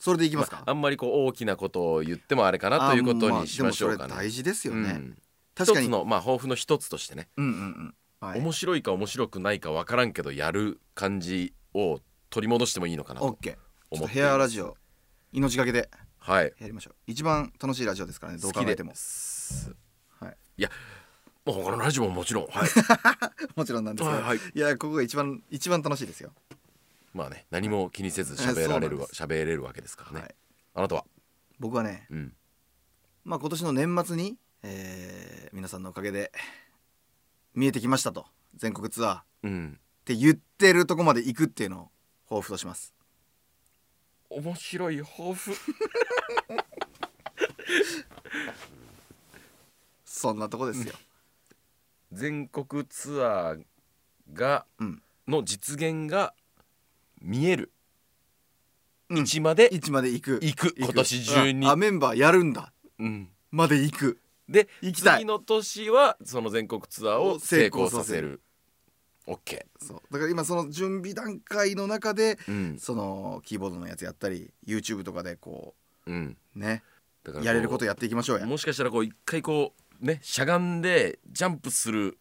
B: それでいきますか
A: あんまりこう大きなことを言ってもあれかなということにしましょうか
B: あーも
A: ね。
B: まあでもそれ大事ですよね、
A: うん
B: 確か
A: 一
B: に
A: つのまあ抱負の一つとしてね、
B: うんうんうんはい
A: 面白いか面白くないか分からんけどやる感じを取り戻してもいいのかな
B: オッ
A: と
B: ケーちょっ
A: 思
B: と
A: って
B: ヘアラジオ命がけで
A: はい
B: やりましょう一番楽しいラジオですからねどう
A: 好
B: 考
A: き
B: え
A: で
B: ても
A: す。
B: はい、
A: いや、まあ、他のラジオももちろん、 はい、
B: もちろんなんですけど、
A: はいはい
B: やここが一番一番楽しいですよ
A: まあね何も気にせず喋られるわ
B: はい
A: 喋れるわけですからね。
B: はい
A: あなたは、
B: 僕はね、
A: うん、
B: まあ、今年の年末に、えー皆さんのおかげで見えてきましたと全国ツアーっ
A: うん、
B: て言ってるとこまで行くっていうのを抱負とします
A: 面白い抱負。
B: そんなとこですよ、
A: 全国ツアーが、
B: うん
A: の実現が見える
B: うん
A: 位置まで
B: 位置まで行く
A: 行く
B: 行
A: 今年中に
B: ああメンバーやるんだ
A: うん
B: まで行く
A: で
B: 行きたい
A: 次の年はその全国ツアーを成功させる OK、
B: そうだから今その準備段階の中で
A: うん
B: そのキーボードのやつやったり YouTube とかでこ
A: うん、
B: うね
A: だからこう
B: やれることやっていきましょうや
A: もしかしたらこう一回こうねしゃがんでジャンプする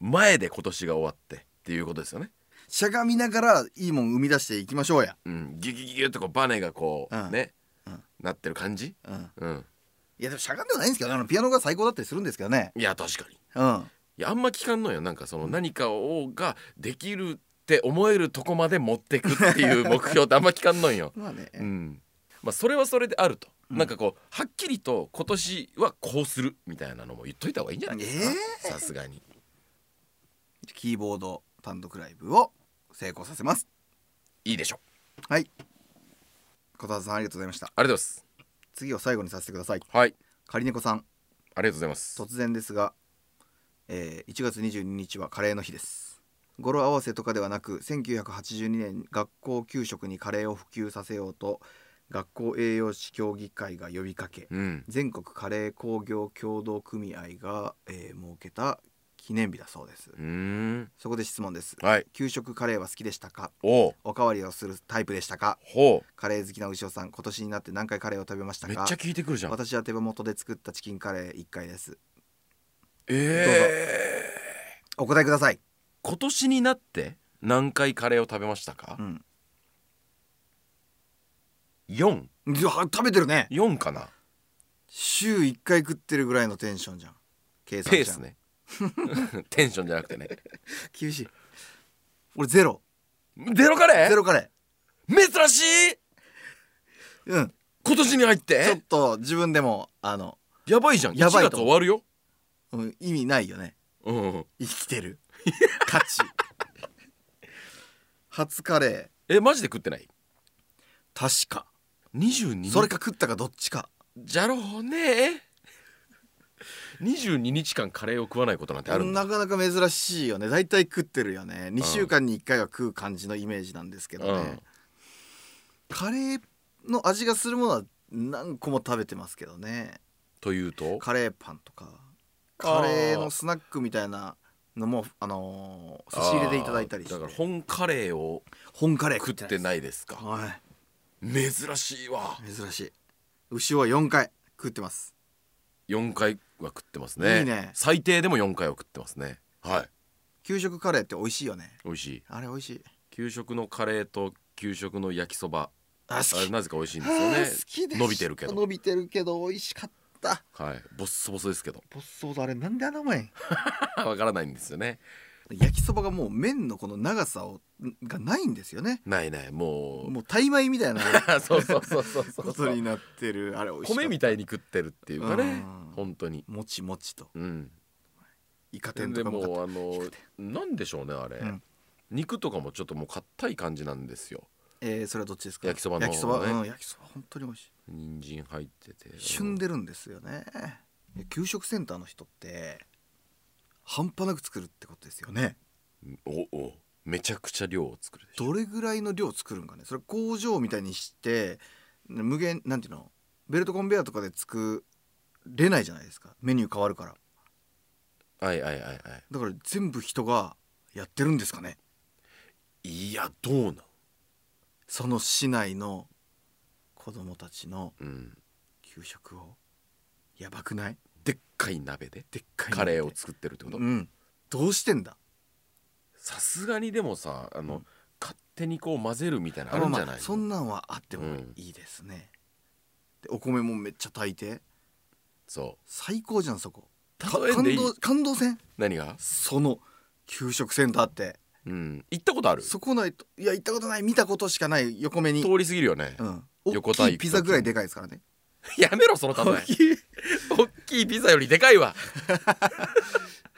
A: 前で今年が終わってっていうことですよね、
B: しゃがみながらいいもん生み出していきましょうや、
A: うん、ギュギュギュギュってこうバネがこう、
B: うん
A: ね、
B: うん
A: なってる感じ、
B: うん、
A: うん、
B: いやでもしゃがんではないんですけどねあのピアノが最高だったりするんですけどね
A: いや確かに
B: うん。
A: いやあんま聞かんのよなんかその何かをができるって思えるとこまで持ってくっていう目標ってあんま聞かんのんよ
B: まあね、
A: うんまあ、それはそれであると、
B: うん
A: なんかこうはっきりと今年はこうするみたいなのも言っといた方がいいんじゃないですかさすがに
B: キーボード単独ライブを成功させます
A: いいでしょう
B: はい小田さんありがとうございました
A: ありがとうございます
B: 次を最後にさせてください
A: はい
B: カリネコさん
A: ありがとうございます
B: 突然ですが、えー1月22日はカレーの日です語呂合わせとかではなく1982年学校給食にカレーを普及させようと学校栄養士協議会が呼びかけ
A: うん
B: 全国カレー工業協同組合が、えー設けた記念日だそうです
A: うーん
B: そこで質問です
A: はい
B: 給食カレーは好きでしたか
A: おう
B: おかわりをするタイプでしたか
A: ほ
B: カレー好きな牛尾さん今年になって何回カレーを食べまし
A: う
B: た
A: めっ
B: か
A: ちゃ聞いてくるじゃん
B: 私は手羽元で作ったチキンカレー1回です
A: ええ
B: お答えください、
A: 今年になって何回カレーを食べましたか
B: うん、
A: 四
B: いや食べてるね
A: 四かな
B: 週1回食ってるぐらいのテンションじゃん計算
A: ペ
B: じゃ
A: ー
B: ん
A: スねテンションじゃなくてね
B: 厳しい俺ゼロ
A: ゼロカレ
B: ゼ
A: ー
B: ロカレ
A: 珍しい
B: ーうん
A: 今年に入っ
B: ちょってと自分でもあの、
A: やばいじゃん
B: やばい
A: 1月
B: と
A: 終
B: 思う
A: わるよ
B: うん、意味ないよね
A: うん
B: 生き てる価値初カレ
A: えマジで食ってない
B: ー確か
A: 22
B: それか食ったかどっちか
A: じゃろうね22日間カレーを食わないことなんてあるんだ
B: なかなか珍しいよね大体食ってるよね2週間に1回は食う感じのイメージなんですけどね、
A: うん
B: カレーの味がするものは何個も食べてますけどね
A: というと
B: カレーパンとか
A: あー
B: カレーのスナックみたいなのもあのー差し入れでいただいたりして
A: あーだから本カレーを
B: 本カレー
A: 食って
B: い
A: ないですか
B: は
A: 珍しいわ
B: い珍しい牛は4回食ってます
A: 4回は食ってますね
B: いいね
A: 最低でも4回は食ってますねはい
B: 給食カレーって美味しいよね
A: 美味しい
B: あれ美味しい
A: 給食のカレーと給食の焼きそば
B: あ好き
A: あれなぜか美味しいん
B: あー 好
A: ですよ
B: きで
A: ね
B: す
A: 伸びてるけど
B: 伸びてるけど美味しかった
A: はいボッソボソですけど
B: ボッソードあれなんであんなうまいん
A: わからないんですよね
B: 焼きそばがもう麺のこの長さをがないんですよね
A: ないないもう
B: もうタイ米みたいな
A: そうそうそうそう そ
B: こ
A: う
B: とになってるあれ美味しい
A: 米みたいに食ってるっていうかね
B: うん
A: 本当に
B: もちもちと
A: うん
B: イカ天
A: で
B: とかも
A: もうあ
B: 光
A: の
B: って
A: なんでしょうねあれ、
B: うん
A: 肉とかもちょっともう硬い感じなんですよ
B: えー、それはどっちですか
A: 焼きそばの
B: 焼きそば、
A: ね
B: うん、焼きそば本当に美味しい
A: 人参入ってて
B: 旬でるんですよねいや給食センターの人って半端なく作るってことですよね
A: うんおおめちゃくちゃ量を作るでしょ
B: どれぐらいの量作るんかねそれ工場みたいにして無限なんていうのベルトコンベヤーとかで作れないじゃないですかメニュー変わるから
A: はいはいはいは
B: だから全部人がやってるんですかね
A: いいやどうなん
B: その市内の子供たちの
A: うん
B: 給食をやばくない
A: でっかい鍋で
B: でっかいの
A: カレーを作ってるってこと
B: うんどうしてんだ
A: さすがにでもさあの、
B: うん
A: 勝手にこう混ぜるみたいなのあるんじゃな
B: まあま
A: い
B: あ
A: の
B: そんなんはあって
A: う
B: も
A: ん
B: いいですね、でお米もめっちゃ炊いて
A: そ
B: 最高じゃんそこか
A: 例えんでいい
B: 感動感動戦
A: う何が
B: その給食センターって
A: うん行ったことある通
B: そこないといや行ったことない見たことしかない横目に、
A: り過ぎるよね、
B: うん、
A: 横田
B: 大き
A: 行
B: い
A: く
B: ピザぐらいでかいですからね
A: やめろその例え
B: 大きい
A: 大きいピザよりでかいわ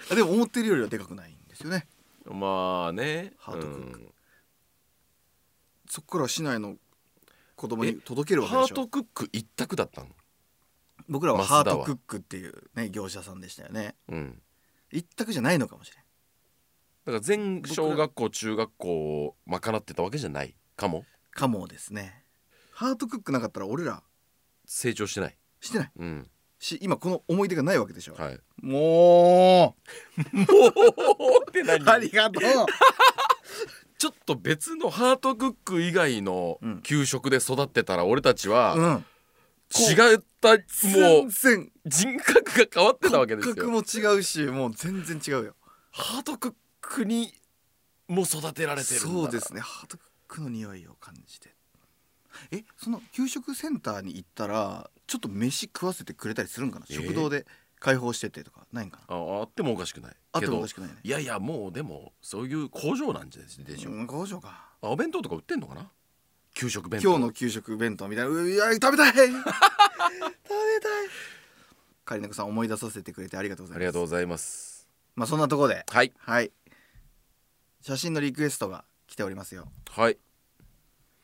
B: あでも思ってるよりはでかくないんですよね
A: まあね
B: ハートクッ
A: ク、
B: そっから市内の子供
A: え
B: に届け
A: う
B: る
A: ん
B: わけ
A: ハ
B: で
A: ー
B: しょ
A: トクック一択だったの
B: 僕らは
A: マスダ
B: ハ
A: は
B: ートクックっていうね業者さんでしたよね
A: うん
B: 一択じゃないのかもしれん
A: だから全小学校中学校を賄ってたわけじゃないかも
B: かもですねハートクックなかったら俺ら
A: 成長してない
B: してない
A: うん
B: し今この思い出がないわけでしょ、
A: はい
B: も
A: おーって
B: うありがとう
A: ちょっと別のハートクック以外の
B: うん
A: 給食で育ってたら俺たちは
B: うん
A: 違った、も
B: 全
A: う
B: 然
A: 人格が変わってたわけです
B: 骨
A: よ
B: 格も違うしもう全然違うよ
A: ハートクックにも育てられてるんだな
B: そうですねハートクックの匂いを感じてえその給食センターに行ったらちょっと飯食わせてくれたりするんかな、
A: えー
B: 食堂で開放しててとかないんかな
A: ああってもおかしくない
B: あっ
A: け
B: てもお
A: ど
B: かしくないね
A: いやいやもうでもそういう工場なんじゃないでしょ、
B: うん工場か
A: あお弁当とか売ってんのかな給食弁当
B: 今日の給食弁当みたいなういや食べたい食べたいカリナコさん思い出させてくれてありがとうございます
A: ありがとうございます
B: まあそんなところで
A: はい
B: はい写真のリクエストが来ておりますよ
A: はい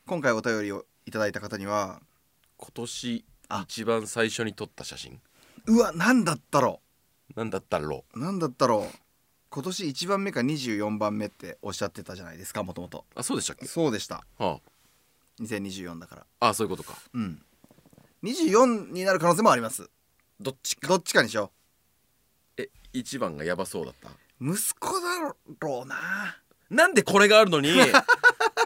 B: 今回お便りをいただいた方には
A: 今年
B: あ
A: 一番最初に撮った写真
B: うわ何だったろ
A: なんだったろ
B: う何だったろう今年1番目か24番目っておっしゃってたじゃないですかもともと
A: うあそうでしたっけ
B: そうでした
A: あ
B: 2024だから
A: あそういうことか
B: うん24になる可能性もあります
A: どっち
B: どっちかにしよ
A: え一番がやばそうだった
B: う息子だろうな
A: なんでこれがある のに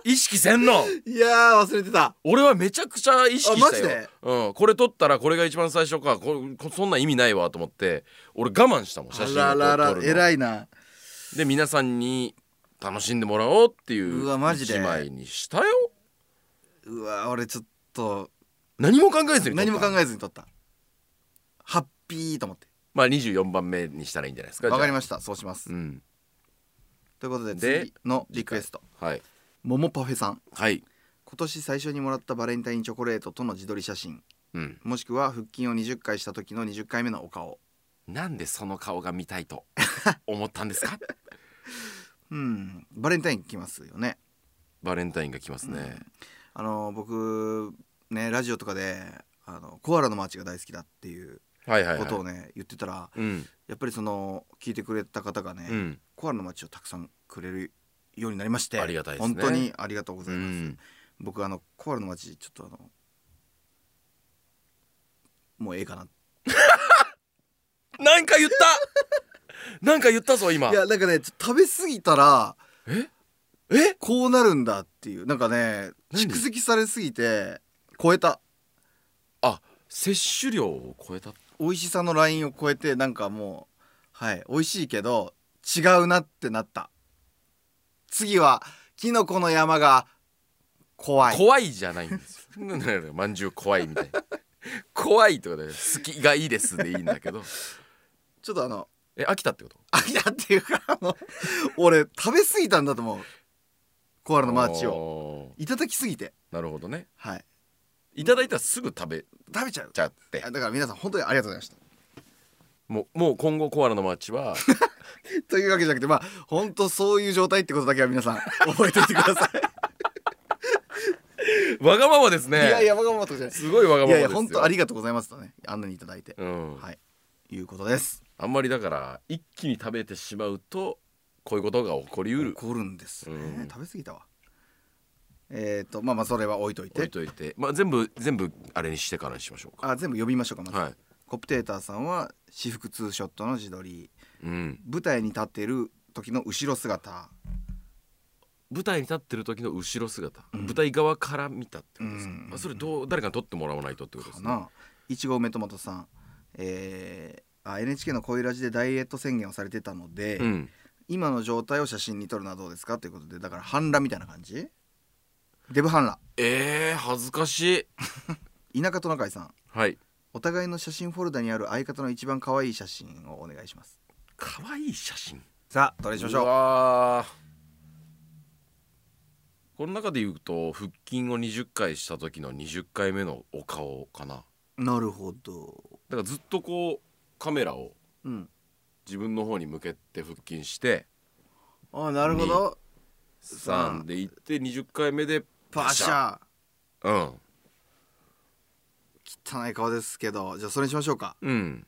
A: 意識せんの
B: いやー忘れてた
A: 俺はめちゃくちゃ意識
B: あマ
A: し
B: ジ
A: たよ
B: で、
A: うん、これ撮ったらこれが一番最初かここそんなん意味ないわと思って俺我慢したもん写真
B: あ
A: を
B: ら
A: 撮撮
B: らら
A: るの
B: 偉いな
A: で皆さんに楽しんでもらおうっていう
B: うわマジで
A: 一枚にしたよ
B: うわ俺ちょっと
A: 何も考えずに撮った
B: 何も考えずに撮ったハッピーと思って
A: まあ24番目にしたらいいんじゃないですか
B: わかり
A: ま
B: ましたそうします、
A: うん
B: ということで
A: で
B: 次のリクエスト
A: はい
B: ももパフェさん
A: はい
B: 今年最初にもらったバレンタインチョコレートとの自撮り写真
A: うん
B: もしくは腹筋を20回した時の20回目のお顔
A: なんでその顔が見たい と思ったんですか
B: うんバレンタイン来ますよね
A: バレンタインが来ますね、
B: あの僕ねラジオとかであのコアラのマーチが大好きだっていう
A: はいはいはい
B: ことをね言ってたら
A: うん
B: やっぱりその聞いてくれた方がね、
A: うん
B: コアラのマーチをたくさんくれるようになりまして
A: ありがたいですね
B: 本当にありがとうござ
A: う
B: います、
A: ん
B: 僕あのコアラのマーチちょっとあのもうええかな
A: なんか言った なんか言ったぞ今
B: いやなんかねちょっと食べ過ぎたら
A: え
B: こうなるんだっていうなんかね
A: 何
B: 蓄積されすぎて超えた
A: あ摂取量を超えた
B: 美味しさのラインを超えてなんかもうはい美味しいけど違うなってなった次はキノコの山が怖い
A: 怖いじゃないんです よなんだよまんじゅう怖いみたいな怖いってことで好きがいいですでいいんだけど
B: ちょっとあの
A: え飽きたってこと
B: あいやっていうかあの俺食べ過ぎたんだと思うコアラのマーチを
A: を
B: いただきすぎて
A: なるほどね
B: はい
A: いただいたらすぐ食べ
B: 食べちゃう
A: ちゃって
B: あだから皆さん本当にありがとうございました
A: もうもう今後コアラのマーチ は
B: というわけじゃなくてまあ本当そういう状態ってことだけは皆さん覚えておいてください
A: わがままですね
B: いやいや僕は思ったことじゃない
A: すごいわがまま
B: い
A: で
B: や
A: すよ
B: いや本当ありがとうございますとねあんなにいただいて
A: うん、
B: はいいうことです
A: あんまりだから一気に食べてしまうとこういうことが起こりうる
B: 怒るんですね、
A: うん
B: 食べ過ぎたわえっ、とまあまあそれは置いとい
A: 置い
B: て
A: といて、まあ、全部全部あれにしてからにしましょうか
B: あ全部呼びましょうかまず、
A: はい
B: コプテーターさんは私服ツーショットの自撮り
A: うん
B: 舞台に立ってる時の後ろ姿
A: 舞台に立ってる時の後ろ姿、
B: うん
A: 舞台側から見たってことですか、
B: うん
A: あそれどう誰かに撮ってもらわないとってことで
B: か
A: すね
B: な、いちご梅トマトさんえーあ NHK の恋ラジでダイエット宣言をされてたので、
A: うん、
B: 今の状態を写真に撮るのはどうですかということでだから半裸みたいな感じデブ半裸
A: えー、恥ずかしい
B: 田舎トナカイさん
A: はい
B: お互いの写真フォルダにある相方の一番可愛い写真をお願いします
A: 可愛い写真
B: さあどれ
A: うわーこの中で言うと腹筋を20回した時の20回目のお顔かなだ
B: うなるほど
A: からずっとこうカメラを
B: うん
A: 自分の方に向けて腹筋して
B: あなるほどさあ
A: 3で行って20回目で
B: パシャ
A: うん
B: 汚い顔ですけどじゃあそれにしましょうか
A: うん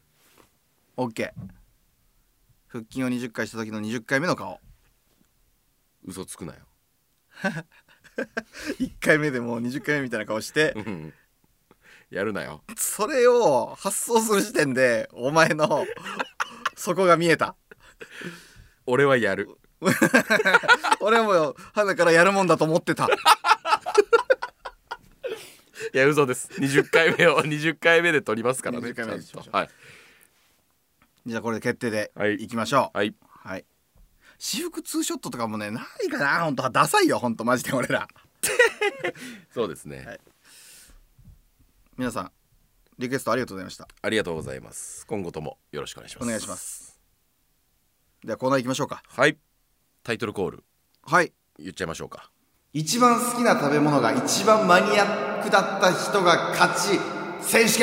B: OK 腹筋を20回した時の20回目の 顔
A: 嘘つくなよ
B: 1回目でもう20回目みたいな顔して
A: うんやるなよ
B: それを発想する時点でお前のそこが見えた
A: 俺はやる
B: 俺はもう花からやるもんだと思ってた
A: いや嘘です20回 目を20回目で撮りますからね
B: 20回目で
A: ちゃんと
B: しましょう
A: はい
B: じゃあこれで決定で
A: はい
B: いきましょう
A: はい
B: はい私服ツーショットとかもねないかな本当ダサいよ本当マジで俺ら
A: そうですね、
B: はい皆さんリクエストありがとうございました
A: ありがとうございます今後ともよろしくお願いします
B: お願いしますではコーナー行きましょうか
A: はいタイトルコール
B: はい
A: 言っちゃいましょうか
B: 一番好きな食べ物が一番マニアックだった人が勝ち選手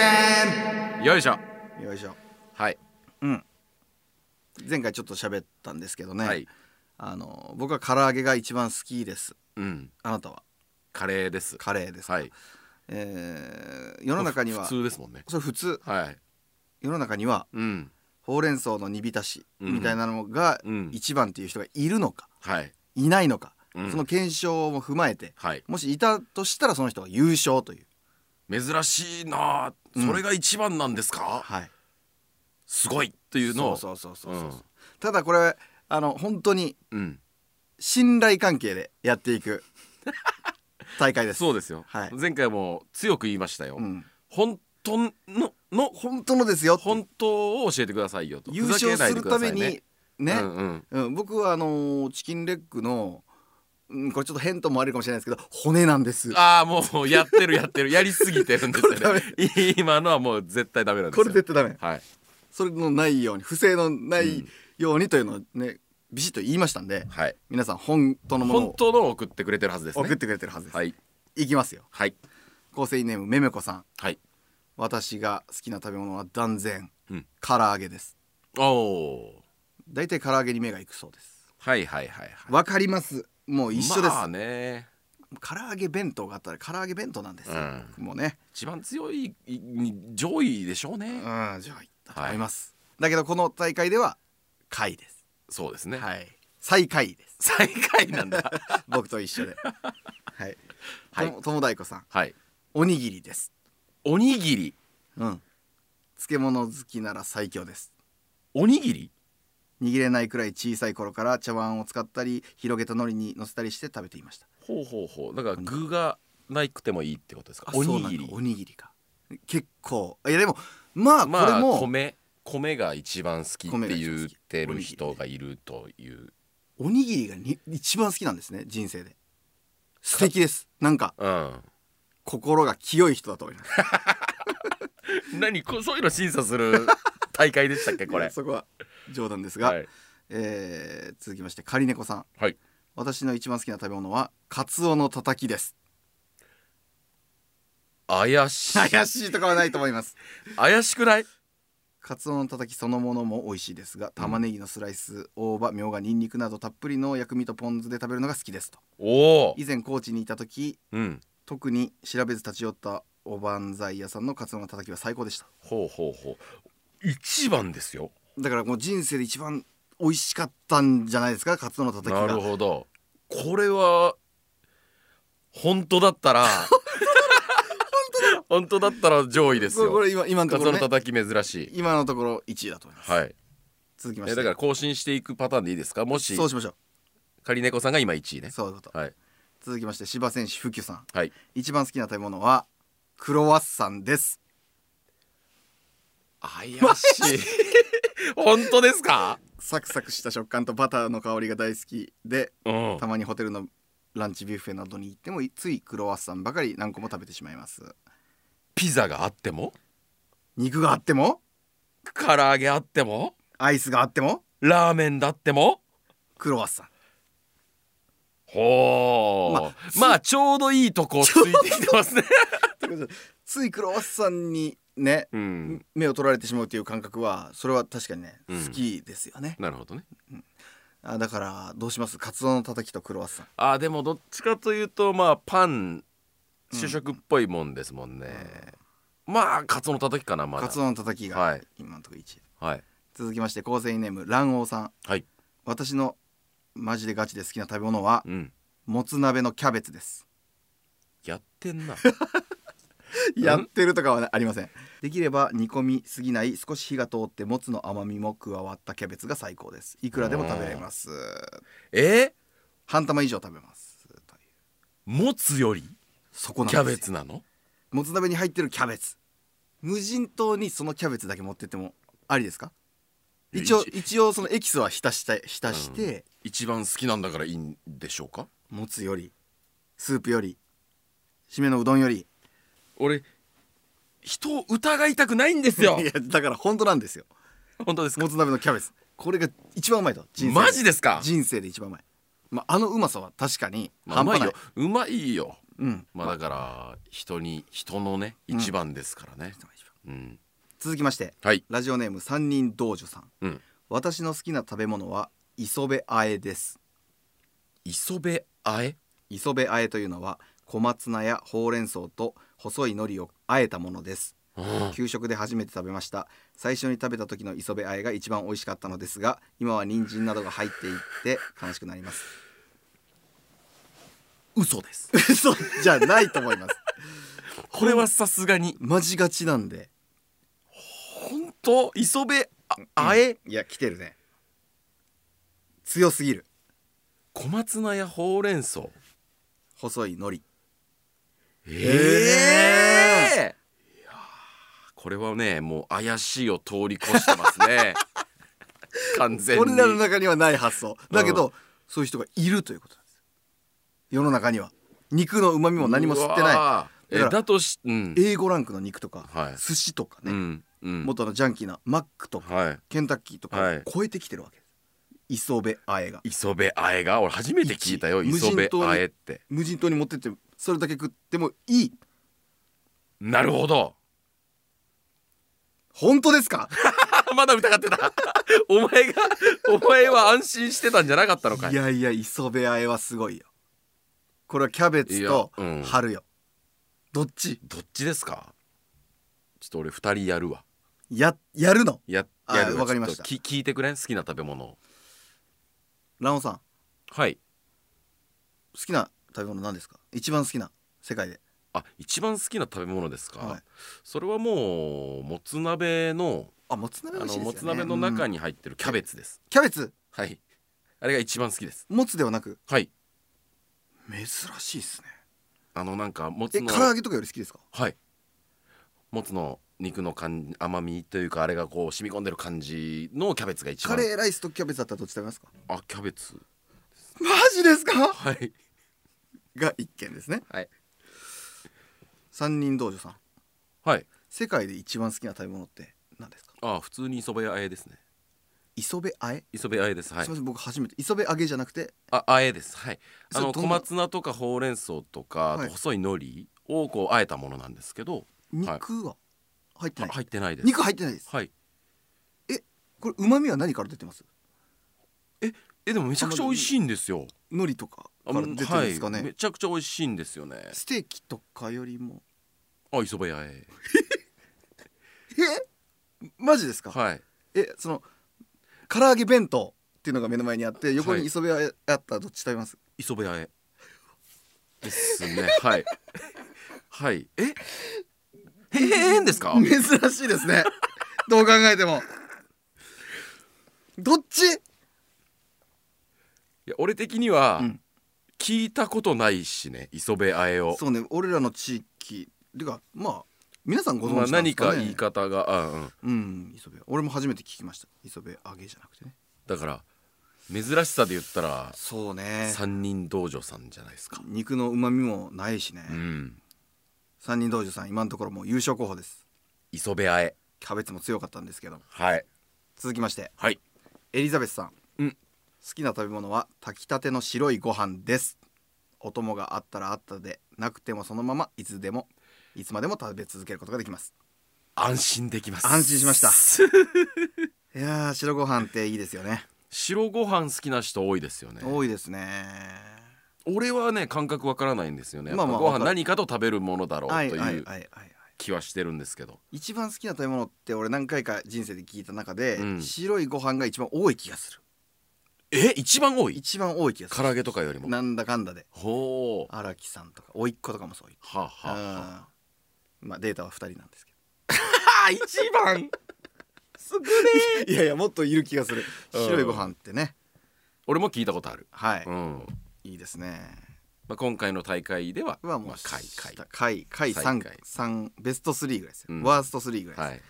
B: 権
A: よいしょ
B: よいしょ
A: はい、
B: 前回ちょっと喋ったんですけどね、
A: はい
B: あの僕は唐揚げが一番好きです
A: うん
B: あなたは
A: カレーです
B: カレーですか、
A: はい
B: えー世の中には
A: 普通ですもんね
B: それ普通
A: はい
B: 世の中には
A: うん
B: ほうれん草の煮浸し
A: うん
B: みたいなのが
A: うん
B: 一番っていう人がいるのか
A: はい
B: いないのか、
A: うん
B: その検証も踏まえて
A: はい
B: もしいたとしたらその人が優勝という
A: 珍しいなあ
B: うん
A: それが一番なんですか、
B: はい
A: すごいというのを
B: そうそうそうそうそう
A: うん
B: ただこれあの本当に
A: うん
B: 信頼関係でやってい く大会です
A: そうですよ、
B: はい
A: 前回も強く言いましたよ、
B: うん、
A: 本当のの
B: 本当のですよ
A: 本当を教えてくださいよと
B: 優勝するために
A: ふざけな
B: ね
A: いでくださいうんうん
B: うん、僕はあのーチキンレッグの、うん、これちょっと変ともあるかもしれないですけど骨なんです
A: ああもうやってるやってるやりすぎてるんです
B: こ
A: よ
B: れ
A: ね今のはもう絶対ダメなんです
B: こ
A: よ
B: れ絶対ダメ
A: はい
B: それのないように不正のないようにというのをねビシッと言いましたんで
A: はい
B: 皆さん本当のもの
A: 本
B: を
A: 当のを送ってくれてるはずですね
B: 送ってくれてるはずです、
A: はい
B: い、きますよ
A: はい
B: 構成員ネームめめこさん
A: はい
B: 私が好きな食べ物は断然、
A: うん
B: 唐揚げです
A: おお
B: 大体唐揚げに目がいくそうです
A: はいはいはいは
B: わかりますもう
A: い
B: 一緒です、
A: まあね
B: 唐揚げ弁当があったら唐揚げ弁当なんですよ、
A: うん
B: 僕もね
A: 一番強いい上位でしょうね、
B: うんじゃあいったと
A: はい
B: 思います、だけどこの大会では下位です、
A: そうですね、
B: はい最下位です
A: 最下位なん だ
B: 僕と一緒ではい、
A: はい
B: とも友大子さん
A: はい
B: おにぎりです
A: おにぎり
B: うん漬物好きなら最強です
A: おにぎり
B: 握れないくらい小さい頃から茶碗を使ったり広げた海苔に乗せたりして食べていました
A: ほうほうほうだから具がなくてもいいってことですか
B: あ
A: お
B: そう
A: に
B: なん
A: ぎ
B: だ
A: り
B: おにぎりか結構いやでもまあこ
A: ま
B: れ
A: あ
B: も、
A: 米米が一番好きっ
B: 米が
A: て
B: 一番
A: 言
B: 好
A: っ
B: き
A: てる人がいるという、
B: おにぎりがに一番好きなんですね人生で素敵ですなんか
A: うん、
B: 心が清い人だと思います
A: 何こそういうの審査する大会でしたっけこ
B: いや
A: れ
B: そこは冗談ですが、
A: はい
B: えー続きましてカリネコさん
A: はい
B: 私の一番好きな食べ物はカツオのたたきです
A: 怪しい
B: 怪しいとかはないと思います
A: 怪しくない
B: カツオのたたきそのものも美味しいですが玉ねぎのスライス大葉みょうがにんにくなどたっぷりの薬味とポン酢で食べるのが好きですと
A: おお
B: 以前高知にいた時
A: うん
B: 特に調べず立ち寄ったおばんざい屋さんのカツオのたたきは最高でした
A: ほうほうほう一番ですよ
B: だからもう人生で一番美味しかったんじゃないですかカツオのたたき
A: なる
B: が
A: ほどこれは本当だった ら本当だったら上位です
B: これ
A: よ
B: これ今今の
A: カ
B: とこ
A: ツオ
B: ろ、
A: のた
B: ね、
A: たき珍しい
B: 今のところ1位だと思います、
A: はい
B: 続きまし
A: え
B: て
A: だから更新していくパターンでいいですかもし
B: そうしましょ
A: 仮猫さんが今1位
B: う
A: ね
B: そういうこと
A: はい
B: 続きまして芝選手不久さん
A: はい
B: 一番好きな食べ物はクロワッサンです
A: 怪しい 本当ですか
B: サクサクした食感とバターの香りが大好きで
A: うん
B: たまにホテルのランチビュッフェなどに行ってもついクロワッサンばかり何個も食べてしまいます
A: ピザがあっても
B: 肉があっても
A: 唐揚げあっても
B: アイスがあっても
A: ラーメンだっても
B: クロワッサン
A: ほう
B: まあつ
A: まあちょうどいいとこついてきて ますね
B: ということでついクロワッサンにね
A: うん
B: 目を取られてしまうという感覚はそれは確かにね
A: うん
B: 好きですよね、
A: なるほどね
B: あだからどうしますカツオのたたきとクロワッサン
A: あでもどっちかというとまあパン主食っぽいもんですもんね、まあカツオのたたきかなまだ
B: カツオのたたき
A: は
B: が
A: い
B: 今のところ1位
A: はい
B: 続きまして構成員ネーム卵黄さん
A: はい
B: 私のマジでガチで好きな食べ物は
A: うん
B: もつ鍋のキャベツです
A: やって んなん
B: やってるとかはありませんできれば煮込みすぎない少し火が通ってもつの甘みも加わったキャベツが最高ですいくらでも食べれます
A: え
B: 半玉以上食べますという
A: もつより
B: そこなん
A: キ
B: ですよ
A: ャベツなの
B: もつ鍋に入ってるキャベツ無人島にそのキャベツだけ持ってってもありですか一応
A: い
B: 一応そのエキスは浸した浸して、
A: 一番好きなんだからいいんでしょうか
B: もつよりスープより締めのうどんより
A: 俺人を疑いたくないんですよ
B: いやだから本当なんですよ
A: 本当ですか
B: もつ鍋のキャベツこれが一番うまいと人生
A: マジですか
B: 人生で一番うまい、まあ、あのうまさは確かに
A: まあう
B: 半
A: ま
B: 端
A: い
B: ない,、
A: ようまいよ
B: うん
A: まあだから人に人のね一番ですからねうん
B: 続きまして
A: はい
B: ラジオネーム三人道女さん
A: うん
B: 私の好きな食べ物は磯辺あえです
A: 磯辺あえ
B: 磯辺あえというのは小松菜やほうれん草と細い海苔をあえたものです
A: うん
B: 給食で初めて食べました最初に食べた時の磯辺あえが一番美味しかったのですが今は人参などが入っていって悲しくなります
A: 嘘です
B: 嘘じゃないと思います
A: これはさすがに
B: マジがちなんで
A: 本当磯辺ああえ
B: いや来てるね強すぎる
A: 小松菜やほうれん草
B: 細い海苔
A: え
B: え
A: これはねもう怪しいを通り越してます ね完全に
B: 俺らの中にはない発想だけど、そういう人がいるということなんです世の中には肉のうまみも何も吸って
A: う
B: な
A: わーえ
B: だから
A: だとしうん
B: い A5 ランクの肉とか、
A: はい
B: 寿司とか
A: う
B: ね、
A: んうん
B: 元のジャンキーなマックとか、
A: は
B: ケンタッキーとか
A: はい
B: を超えてきてるわけです磯辺あえが
A: い磯辺あえが俺初めて聞いたよ
B: 一
A: 磯辺あえって
B: 無人島に持ってってそれだけ食ってもいい
A: なるほど
B: 本当ですか
A: まだ疑ってた お前がお前は安心してたんじゃなかったのかい
B: いやいや磯辺あえはすごいよこれはキャベツと
A: いやうん
B: 春よ、どっち
A: どっちですかちょっと俺二人やるわ
B: ややるの
A: や
B: あ
A: やる
B: わかりました
A: ちょっとき聞いてくれん好きな食べ物を
B: ラオンさん
A: はい
B: 好きな食べ物何ですか一番好きな世界で
A: あ一番好きな食べ物ですか、
B: はい
A: それはもうもつ鍋の
B: あもつ
A: あ
B: 鍋美味し
A: の
B: いですよね
A: もつ鍋の中
B: に、
A: に入ってるキャベツです、
B: キャベツ
A: はいあれが一番好きです
B: もつではなく
A: はい
B: 珍しいですね
A: あのなんかもつ
B: え
A: の
B: 唐揚げとかより好きですか
A: はいもつの肉の感甘みというかあれがこう染み込んでる感じのキャベツが一
B: カ
A: 番
B: レーライスとキャベツだったらどっち食べますか
A: あキャベツ
B: マジですか
A: はい
B: が一件ですね
A: はい
B: 三人道場さん
A: はい
B: 世界で一番好きな食べ物って何ですか
A: あ普通に磯辺あえですね
B: 磯辺あえ、
A: 磯辺あえですはい
B: すみません僕初めて磯辺揚げじゃなくて
A: ああえですはい
B: そ
A: あ
B: れ
A: の
B: どん
A: 小
B: な
A: 松菜とかほうれん草とか、
B: はい
A: 細い海苔をこうあえたものなんですけど
B: 肉は入って
A: あ
B: ない、
A: 入ってないです
B: 肉入ってないです
A: はい
B: これ旨味は何から出てます
A: えでもめちゃくちゃ美味しいんですよ
B: 海苔とか
A: あ
B: から出てるんですか
A: はい、
B: ね
A: めちゃくちゃ美味しいんですよね
B: ステーキとかよりも
A: あ磯辺あえ
B: えマジですか、
A: はい
B: えその唐揚げ弁当っていうのが目の前にあって横
A: は
B: に
A: い
B: 磯辺あえあったらどっち食べます、
A: 磯辺あえですねはいはいえへへへんですか
B: 珍しいですねどう考え てもどっち
A: いや俺的には、
B: うん
A: 聞いたことないしね磯辺あえを
B: そうね俺らの地域てかまあ皆さんご
A: ま
B: 存
A: あ、
B: 知なん
A: 何
B: ですか
A: か
B: ね、
A: 言い方があ、うん、
B: うん磯辺俺も初めて聞きました磯辺揚げじゃなくてね
A: だから珍しさで言ったら
B: そうね
A: 三人道場さんじゃないですか。
B: 肉の旨味もないしね、
A: うん。
B: 三人道場さん今のところもう優勝候補です
A: 磯辺あえ。
B: キャベツも強かったんですけど
A: はい。
B: 続きまして
A: はい。
B: エリザベスさん、
A: うん
B: 好きな食べ物は炊きたての白いご飯ですお供があったらあったでなくてもそのままいつでもいつまでも食べ続けることができます
A: 安心できます。
B: 安心しましたいやー白ご飯っていいですよね
A: 白ご飯好きな人多いですよね。
B: 多いですね
A: 俺はね感覚わからないんですよね。
B: まあまあ
A: やっぱご
B: わか
A: 飯
B: る
A: 何かと食べるものだろうと
B: はいはいはいいうはいはい
A: 気はしてるんですけど。
B: 一番好きな食べ物って俺何回か人生で聞いた中で、
A: うん
B: 白いご飯が一番多い気がする
A: え一番多い？
B: 一番多い気がす
A: 唐
B: る
A: 揚げとかよりも。
B: なんだかんだで
A: ほう。
B: 荒木さんとか甥っ子とかもそういう
A: はあ、はあは
B: あまあデータは2人なんですけど
A: あ。一番。すぐね。
B: いやいやもっといる気がする
A: うん
B: 白いご飯ってね
A: 俺も聞いたことある。
B: はい、
A: うん。
B: いいですね
A: まあ今回の大会では、
B: はもう
A: まあ開会。
B: 回回
A: 最
B: 三
A: 下位
B: 三ベスト3ぐらいですよ、
A: うん
B: ワースト3ぐらいです、
A: はい。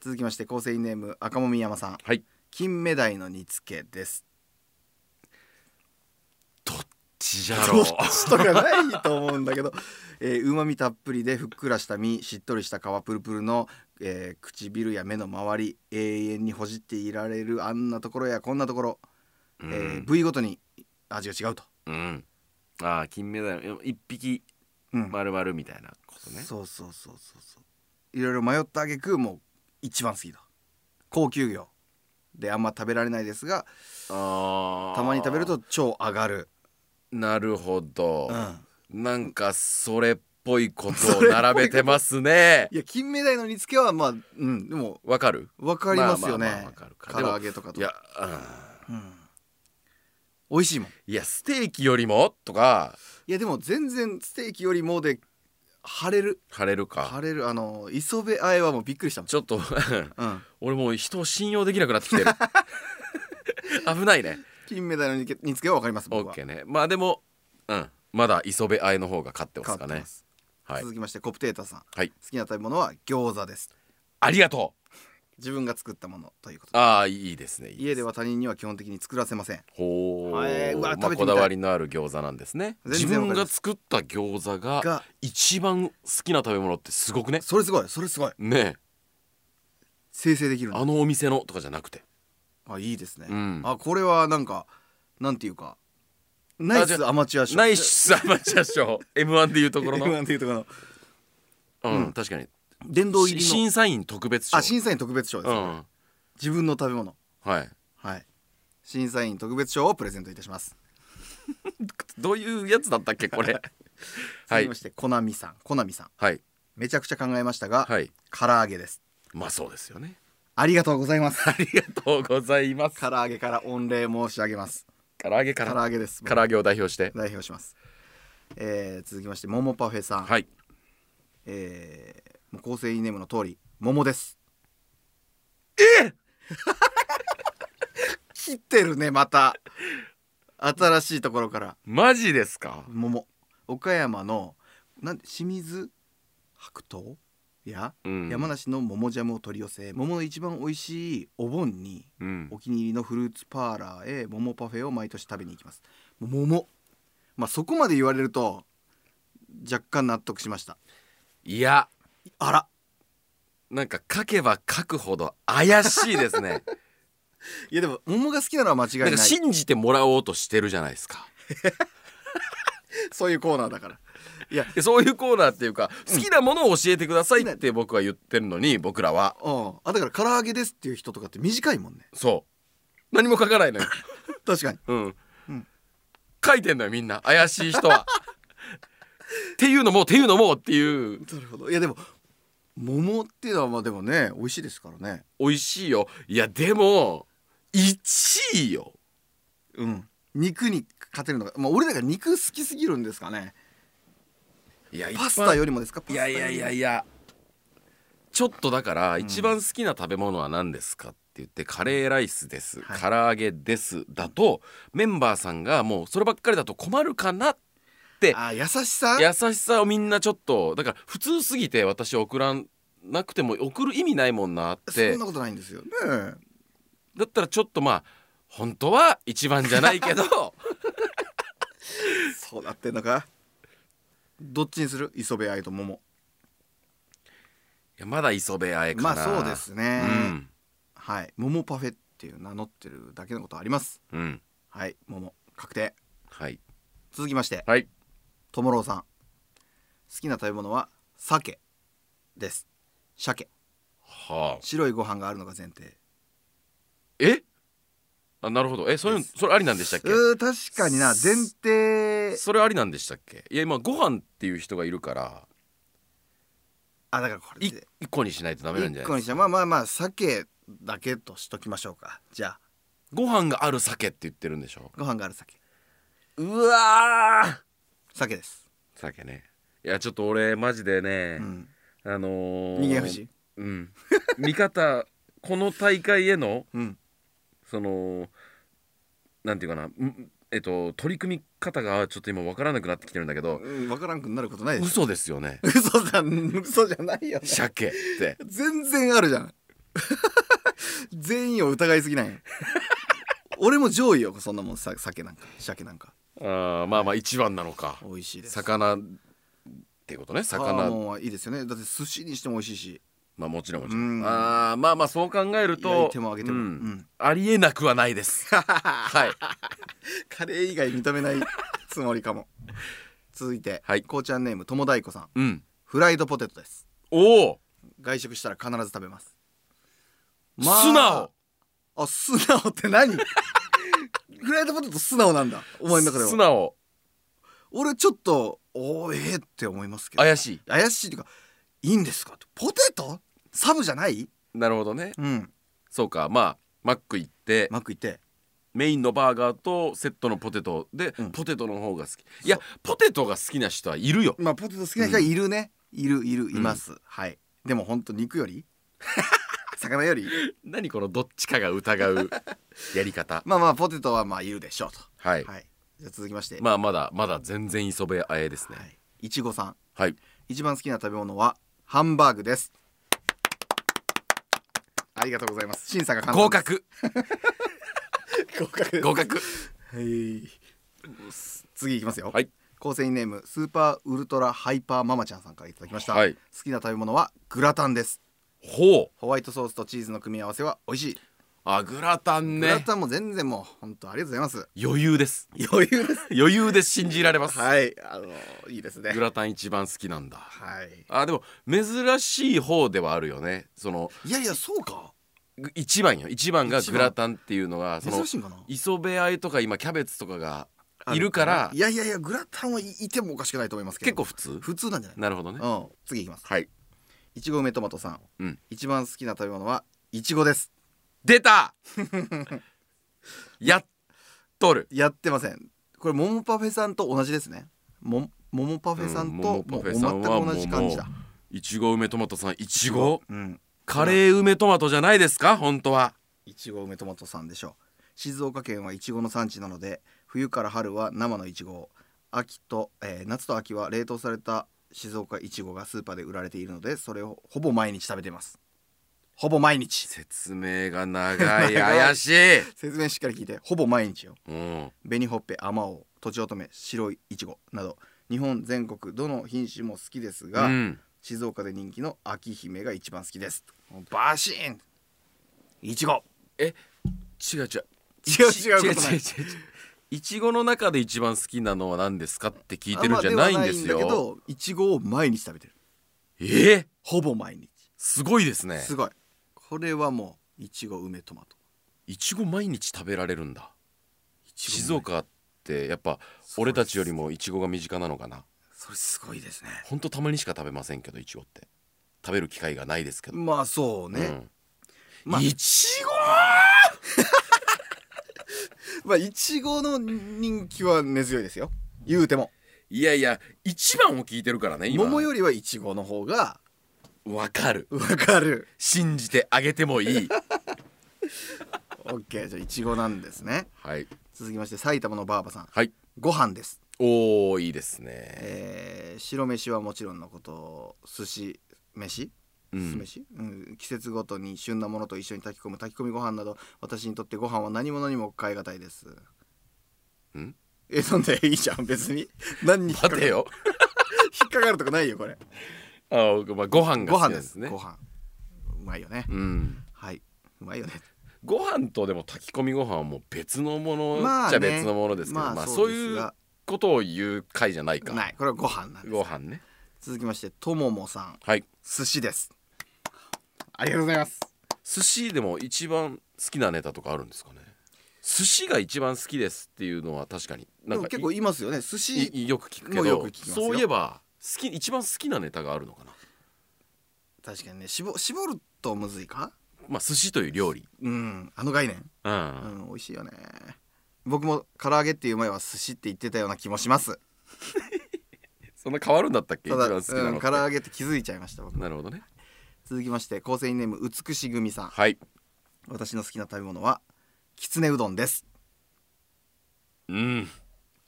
B: 続きまして構成員ネーム赤もみ山さん
A: はい。
B: 金目鯛の煮付けです
A: どっちじ
B: ど
A: ゃろう
B: っ。 ちとかないと思うんだけどうまみたっぷりでふっくらした身しっとりした皮プルプルの、えー唇や目の周り永遠にほじっていられるあんなところやこんなところ、
A: うん
B: えー部位ごとに味が違うと、
A: うん、ああ金メダル一匹
B: うん
A: 丸々みたいなことね
B: そうそうそうそうそういろいろ迷った挙句もう一番好きだ高級魚であんま食べられないですが
A: あー
B: たまに食べると超上がる、
A: なるほど
B: う、ん、
A: なんかそれっぽい ことを並べてますね
B: いや金目鯛の煮付けはまあうんでも
A: わかる
B: 分かりますよ
A: まあまあま
B: ね
A: あわかるか
B: 唐揚げとかと
A: いやあー
B: うん、美味しいもん
A: いやステーキよりもとか
B: いやでも全然ステーキよりもで腫れる
A: 晴れるか
B: 腫れるあの磯辺あえはもうびっくりしたもん
A: ちょっと
B: うん
A: 俺もう人を信用できなくなってきてる危ないね
B: 金メダルにけにつけは分かります
A: オ
B: 僕
A: ッ
B: は
A: ケーねまあでもうんまだ磯部あえの方が勝ってますか
B: 変
A: ね
B: わってます
A: はい
B: 続きましてコプテータさん、
A: はい
B: 好きな食べ物は餃子です
A: ありがとう
B: 自分が作ったものということで
A: ああいいですねいいです
B: 家では他人には基本的に作らせません
A: ほう,、
B: えーう
A: まあ、
B: わ食べてみたい
A: こだわりのある餃子なんですね自
B: 全然わ
A: 分
B: かり
A: が
B: ます
A: 作った餃子が
B: が
A: 一番好きな食べ物ってすごくね
B: それすごいそれすごい
A: ねえ
B: 生成できるんだ
A: あのお店のとかじゃなくて
B: あいいですね、
A: うん
B: あこれはなんかなんていうかナイ
A: じゃ
B: スアマチュア賞
A: ナイスアマチュア賞 m 1でいうところの、
B: なんていうところ
A: うん確かに
B: の殿堂入
A: し
B: りの
A: 審査員特別賞
B: あ審査員特別賞です、
A: う
B: ね
A: ん
B: 自分の食べ物
A: はい
B: はい審査員特別賞をプレゼントいたします
A: どういうやつだったっけこれ は
B: 続き
A: い
B: ましてコナミさんコナミさん
A: はい
B: めちゃくちゃ考えましたが、
A: はい
B: 唐揚げです
A: まあそうですよね
B: ありがとうございます
A: ありがとうござい ます
B: 唐揚げから御礼申し上げます
A: 唐揚げか
B: 唐
A: ら
B: 揚げです
A: 唐揚げを代表して
B: 代表します、えー続きまして桃パフェさん、
A: はい
B: えーもう構成イネームの通り桃です え来てるねまた新しいところから
A: マジですか
B: 桃岡山のなん清水白桃や、
A: うん
B: 山梨の桃ジャムを取り寄せ桃の一番美味しいお盆に
A: うん
B: お気に入りのフルーツパーラーへ桃パフェを毎年食べに行きますもう桃まあそこまで言われると若干納得しました
A: いや
B: あら
A: なんか書けば書くほど怪しい ですね
B: いやでも桃が好きなのは間違い
A: な
B: なん
A: か
B: い
A: 信じてもらおうとしてるじゃないですか
B: そういうコーナーだからいや
A: でそういうコーナーっていうか好きなものを教えてくださいって僕は言ってるのに僕らは
B: うんあだから唐揚げですっていう人とかって短いもんね
A: そう何も書かないのよ、
B: 確かに
A: うん
B: うん
A: 書いてんのよみんな怪しい人 はっていうのもっていうのもっていう
B: なるほどいやでも桃っていうのはまあでもね美味しいですからね
A: 美味しいよいやでも1位よ
B: うん肉に勝てるのが、まあ、俺らが肉好きすぎるんですかね
A: いや
B: パスタよりもですかパ
A: い
B: ス
A: や
B: タよ
A: い
B: りも
A: やいやいやちょっとだから一番好きな食べ物は何ですかって言ってカレーライスです、
B: はい
A: 唐揚げですだとメンバーさんがもうそればっかりだと困るかなって
B: あ優しさ
A: 優しさをみんなちょっとだから普通すぎて私送らなくても送る意味ないもんなっ
B: そ
A: て
B: んなことないんですよね
A: だったらちょっとまあ本当は一番じゃないけど
B: えそうなってんのかどっちにする磯部愛と桃
A: いやまだ磯部あえか
B: ま
A: な
B: あそうですね、
A: うん
B: はい桃パフェっていう名乗ってるだけのことあります
A: うん
B: はい桃確定
A: はい
B: 続きまして
A: はい
B: ともろうさん好きな食べ物は鮭です鮭
A: はあ
B: 白いご飯があるのが前提
A: えあなるほどえそういうのそれありなんでしたっけ
B: うー確かにな前提
A: それありなんでしたっけいや今ご飯っていう人がいるから
B: あだからこれ
A: い
B: で
A: 一個にしないとダメなんじ
B: 一
A: ゃ
B: 個
A: ないです
B: にして
A: か
B: まあまあまあ鮭だけとしときましょうかじゃあ
A: ご飯がある鮭って言ってるんでしょ
B: ご飯がある鮭
A: うわー
B: 鮭です、
A: 鮭ねいやちょっと俺マジでね
B: う、ん、
A: あのー、
B: 逃げ藤
A: うん見方この大会への
B: うん
A: そのなんていうかなんえっと取り組み方がちょっと今わからなくなってきてるんだけど
B: うん、分からんくなることないでしょ
A: 嘘ですよ ね
B: 嘘じゃん嘘じゃないよね
A: 鮭って
B: 全然あるじゃん 全員を疑いすぎない俺も上位よそんなもんさ酒なんか鮭なんか
A: あーまあまあ一番なのか
B: 美味しいです
A: 魚っていうことね
B: サー
A: 魚
B: モンはいいですよねだって寿司にしても美味しいし
A: まあもちろんもちろん、
B: うん
A: あーまあまあそう考えると
B: 焼いても揚げても
A: うん
B: うん
A: ありえなくはないです はい
B: カレー以外認めないつもりかも続いて、
A: はい
B: こうちゃんネームともだいこさん
A: うん
B: フライドポテトです
A: おお、
B: 外食したら必ず食べます、
A: 素直
B: あ素直って何フライドポテト素直なんだお前の中では
A: 素直
B: 俺ちょっとおーえー、って思いますけど
A: 怪しい
B: 怪しいっていうかいいんですかってポテトサブじゃない
A: なるほどね
B: うん
A: そうかまあマック行って
B: マック行って
A: メインのバーガーとセットのポテトで、
B: うん
A: ポテトの方が好きいやポテトが好きな人はいるよ
B: まあポテト好きな人はいるね、いるいるいます、はいでもほんと肉より 魚より
A: 何このどっちかが疑う やり方
B: まあまあポテトはまあいるでしょうと
A: はい、
B: はいじゃあ続きまして
A: まあまだまだ全然磯部あえですね
B: はいいちごさん
A: はい
B: 一番好きな食べ物はハンバーグですありがとうございます審査が簡単
A: 合 格
B: です合格
A: 合格
B: はい次いきますよ
A: はい
B: 構成員ネームスーパーウルトラハイパーママちゃんさんからいただきました、
A: はい
B: 好きな食べ物はグラタンです
A: ほう
B: ホワイトソースとチーズの組み合わせは美味しい、
A: あグラタン
B: グラ
A: ね
B: タンも全然もう本当ありがとうございます
A: 余裕です
B: 余裕です
A: 余裕です信じられます、
B: はいあのいいですね
A: グラタン一番好きなんだ
B: はい
A: あでも珍しい方ではあるよねその
B: いやいやそうか
A: ぐ一番よ一番が
B: 一番
A: グラタンっていうのがその
B: 珍しいんかな
A: 磯部あえとか今キャベツとかがいるから
B: いやいやいやグラタンはいいてもおかしくないと思いますけ
A: 結
B: ど
A: 構普通
B: 普通なんじゃない
A: なるほどね
B: うん次いきます
A: はい
B: いちご梅トマトさん、
A: うん
B: 一番好きな食べ物はいちごです
A: 出た やっとる
B: やってませんこれモモパフェさんと同じですねもモモパフェさんと、
A: うんモモ
B: もう
A: パフェ
B: 全く
A: さんは
B: 同じ感じだ
A: いちご梅トマトさんいちご
B: うん
A: カレー梅トマトじゃないですか本当はい
B: ちご梅トマトさんでしょう静岡県はいちごの産地なので冬から春は生のいちごを秋と、えー夏と秋は冷凍された静岡いちごがスーパーで売られているのでそれをほぼ毎日食べてますほぼ毎日
A: 説明が長い
B: 長い
A: 怪しい
B: 説明しっかり聞いてほぼ毎日よ
A: うん
B: 紅ほっぺあまおうとちおとめ白いいちごなど日本全国どの品種も好きです
A: う
B: が、
A: ん
B: 静岡で人気の秋姫が一番好きですもうバシーンいちご
A: 違う違う
B: 違う 違う
A: 違
B: こ
A: う
B: とな
A: 違う違
B: い
A: ういちごの中で一番好きなのは何ですかって聞い
B: あ
A: てるんじゃないんです
B: まあはないんだ
A: よ
B: けどいちごを毎日食べてる
A: えー
B: ほぼ毎日
A: すごいですね
B: すごいこれはもういちご梅トマト
A: いちご毎日食べられるんだ
B: いちご
A: 静岡ってやっぱ
B: そうで
A: 俺た
B: す
A: ちよりもいちごが身近なのかな
B: それすごいですね
A: ほんとたまにしか食べませんけどいちごって食べる機会がないですけど、
B: まあそう
A: う
B: ね、
A: ん
B: まあ
A: いちご
B: まあいちごの人気は根強いですよ言うても
A: いやいや一番を聞いてるからね今
B: 桃よりはいちごの方が
A: わかる
B: わかる
A: 信じてあげてもい い
B: オッケーじゃあいちごなんですね
A: はい
B: 続きまして埼玉のばあばさん
A: はい
B: ご飯です
A: おーいいですね
B: えー白飯はもちろんのこと寿司飯
A: う
B: 酢
A: ん
B: 飯、うん、季節ごとに旬なものと一緒に炊き込む炊き込みご飯など私にとってご飯は何物にも変え難いです
A: ん
B: えなんで いいじゃん別に何に引っかか
A: 待
B: る
A: て よ
B: 引っかかるとかないよこれ
A: あー、まあ、ご飯が
B: ご
A: 好き
B: 飯で
A: ですすね
B: ご飯うまいよね、
A: うん
B: はいうまいよね
A: ご飯とでも炊き込みご飯はもう別のも
B: ま
A: の
B: あ
A: じ
B: ね
A: ゃ別のものですけど、まあ
B: まあ
A: そ
B: そううです
A: いう
B: が
A: ことを言う回じゃないか
B: ないこれはご飯なんで
A: ご
B: す
A: 飯ね
B: 続きましてとももさん
A: はい
B: 寿司ですありがとうございます
A: 寿司でも一番好きなネタとかあるんですかね寿司が一番好きですっていうのは確かに
B: で
A: なん
B: も
A: か
B: 結構いますよね寿
A: い
B: 司
A: いよく聞くけ
B: もうよく
A: ど
B: 聞きますよ
A: そういえば好き一番好きなネタがあるのかな
B: 確かにね絞絞るとむずいか
A: まあ寿司という料理
B: うんあの概念
A: うん、
B: うん、美味しいよね僕も唐揚げっていう前は寿司って言ってたような気もします
A: そんな変わるんだったっけ
B: た
A: 一
B: だ、
A: 番好きなのっ
B: う
A: て
B: ん、唐揚げって気づいちゃいました僕
A: なるほどね
B: 続きまして構成員ネーム美し組さん
A: はい
B: 私の好きな食べ物はきつねうどんです
A: うん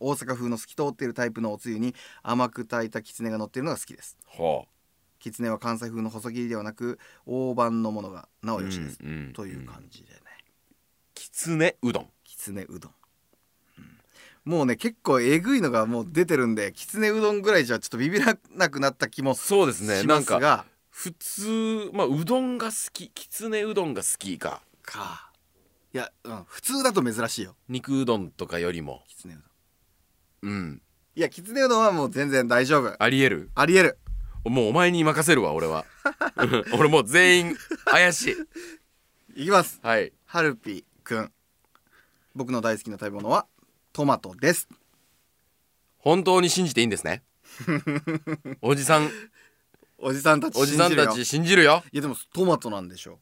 B: 大阪風の透き通っているタイプのおつゆに甘く炊いたきつねが乗っているのが好きです
A: は
B: きつねは関西風の細切りではなく大判のものがな
A: あ
B: およしです、
A: うんん
B: という感じでね
A: きつねうどん
B: きつねうどん、うんもうね結構えぐいのがもう出てるんできつねうどんぐらいじゃちょっとビビらなくなった気もし
A: そうですねな
B: ま
A: ん
B: すが
A: か普通まあうどんが好ききつねうどんが好きか
B: かいや、うん、普通だと珍しいよ
A: 肉うどんとかよりも
B: きつねうどん
A: うん
B: いやきつねうどんはもう全然大丈夫
A: ありえる
B: ありえる
A: もうお前に任せるわ俺は うん俺もう全員怪しい
B: いきます
A: はい
B: はるぴくん僕の大好きな食べ物はトマトです
A: 本当に信じていいんです ねおじさん
B: おじさんたち
A: おじさんた
B: 信じる
A: ち
B: よ
A: 信じるよ
B: いやでもトマトなんでしょ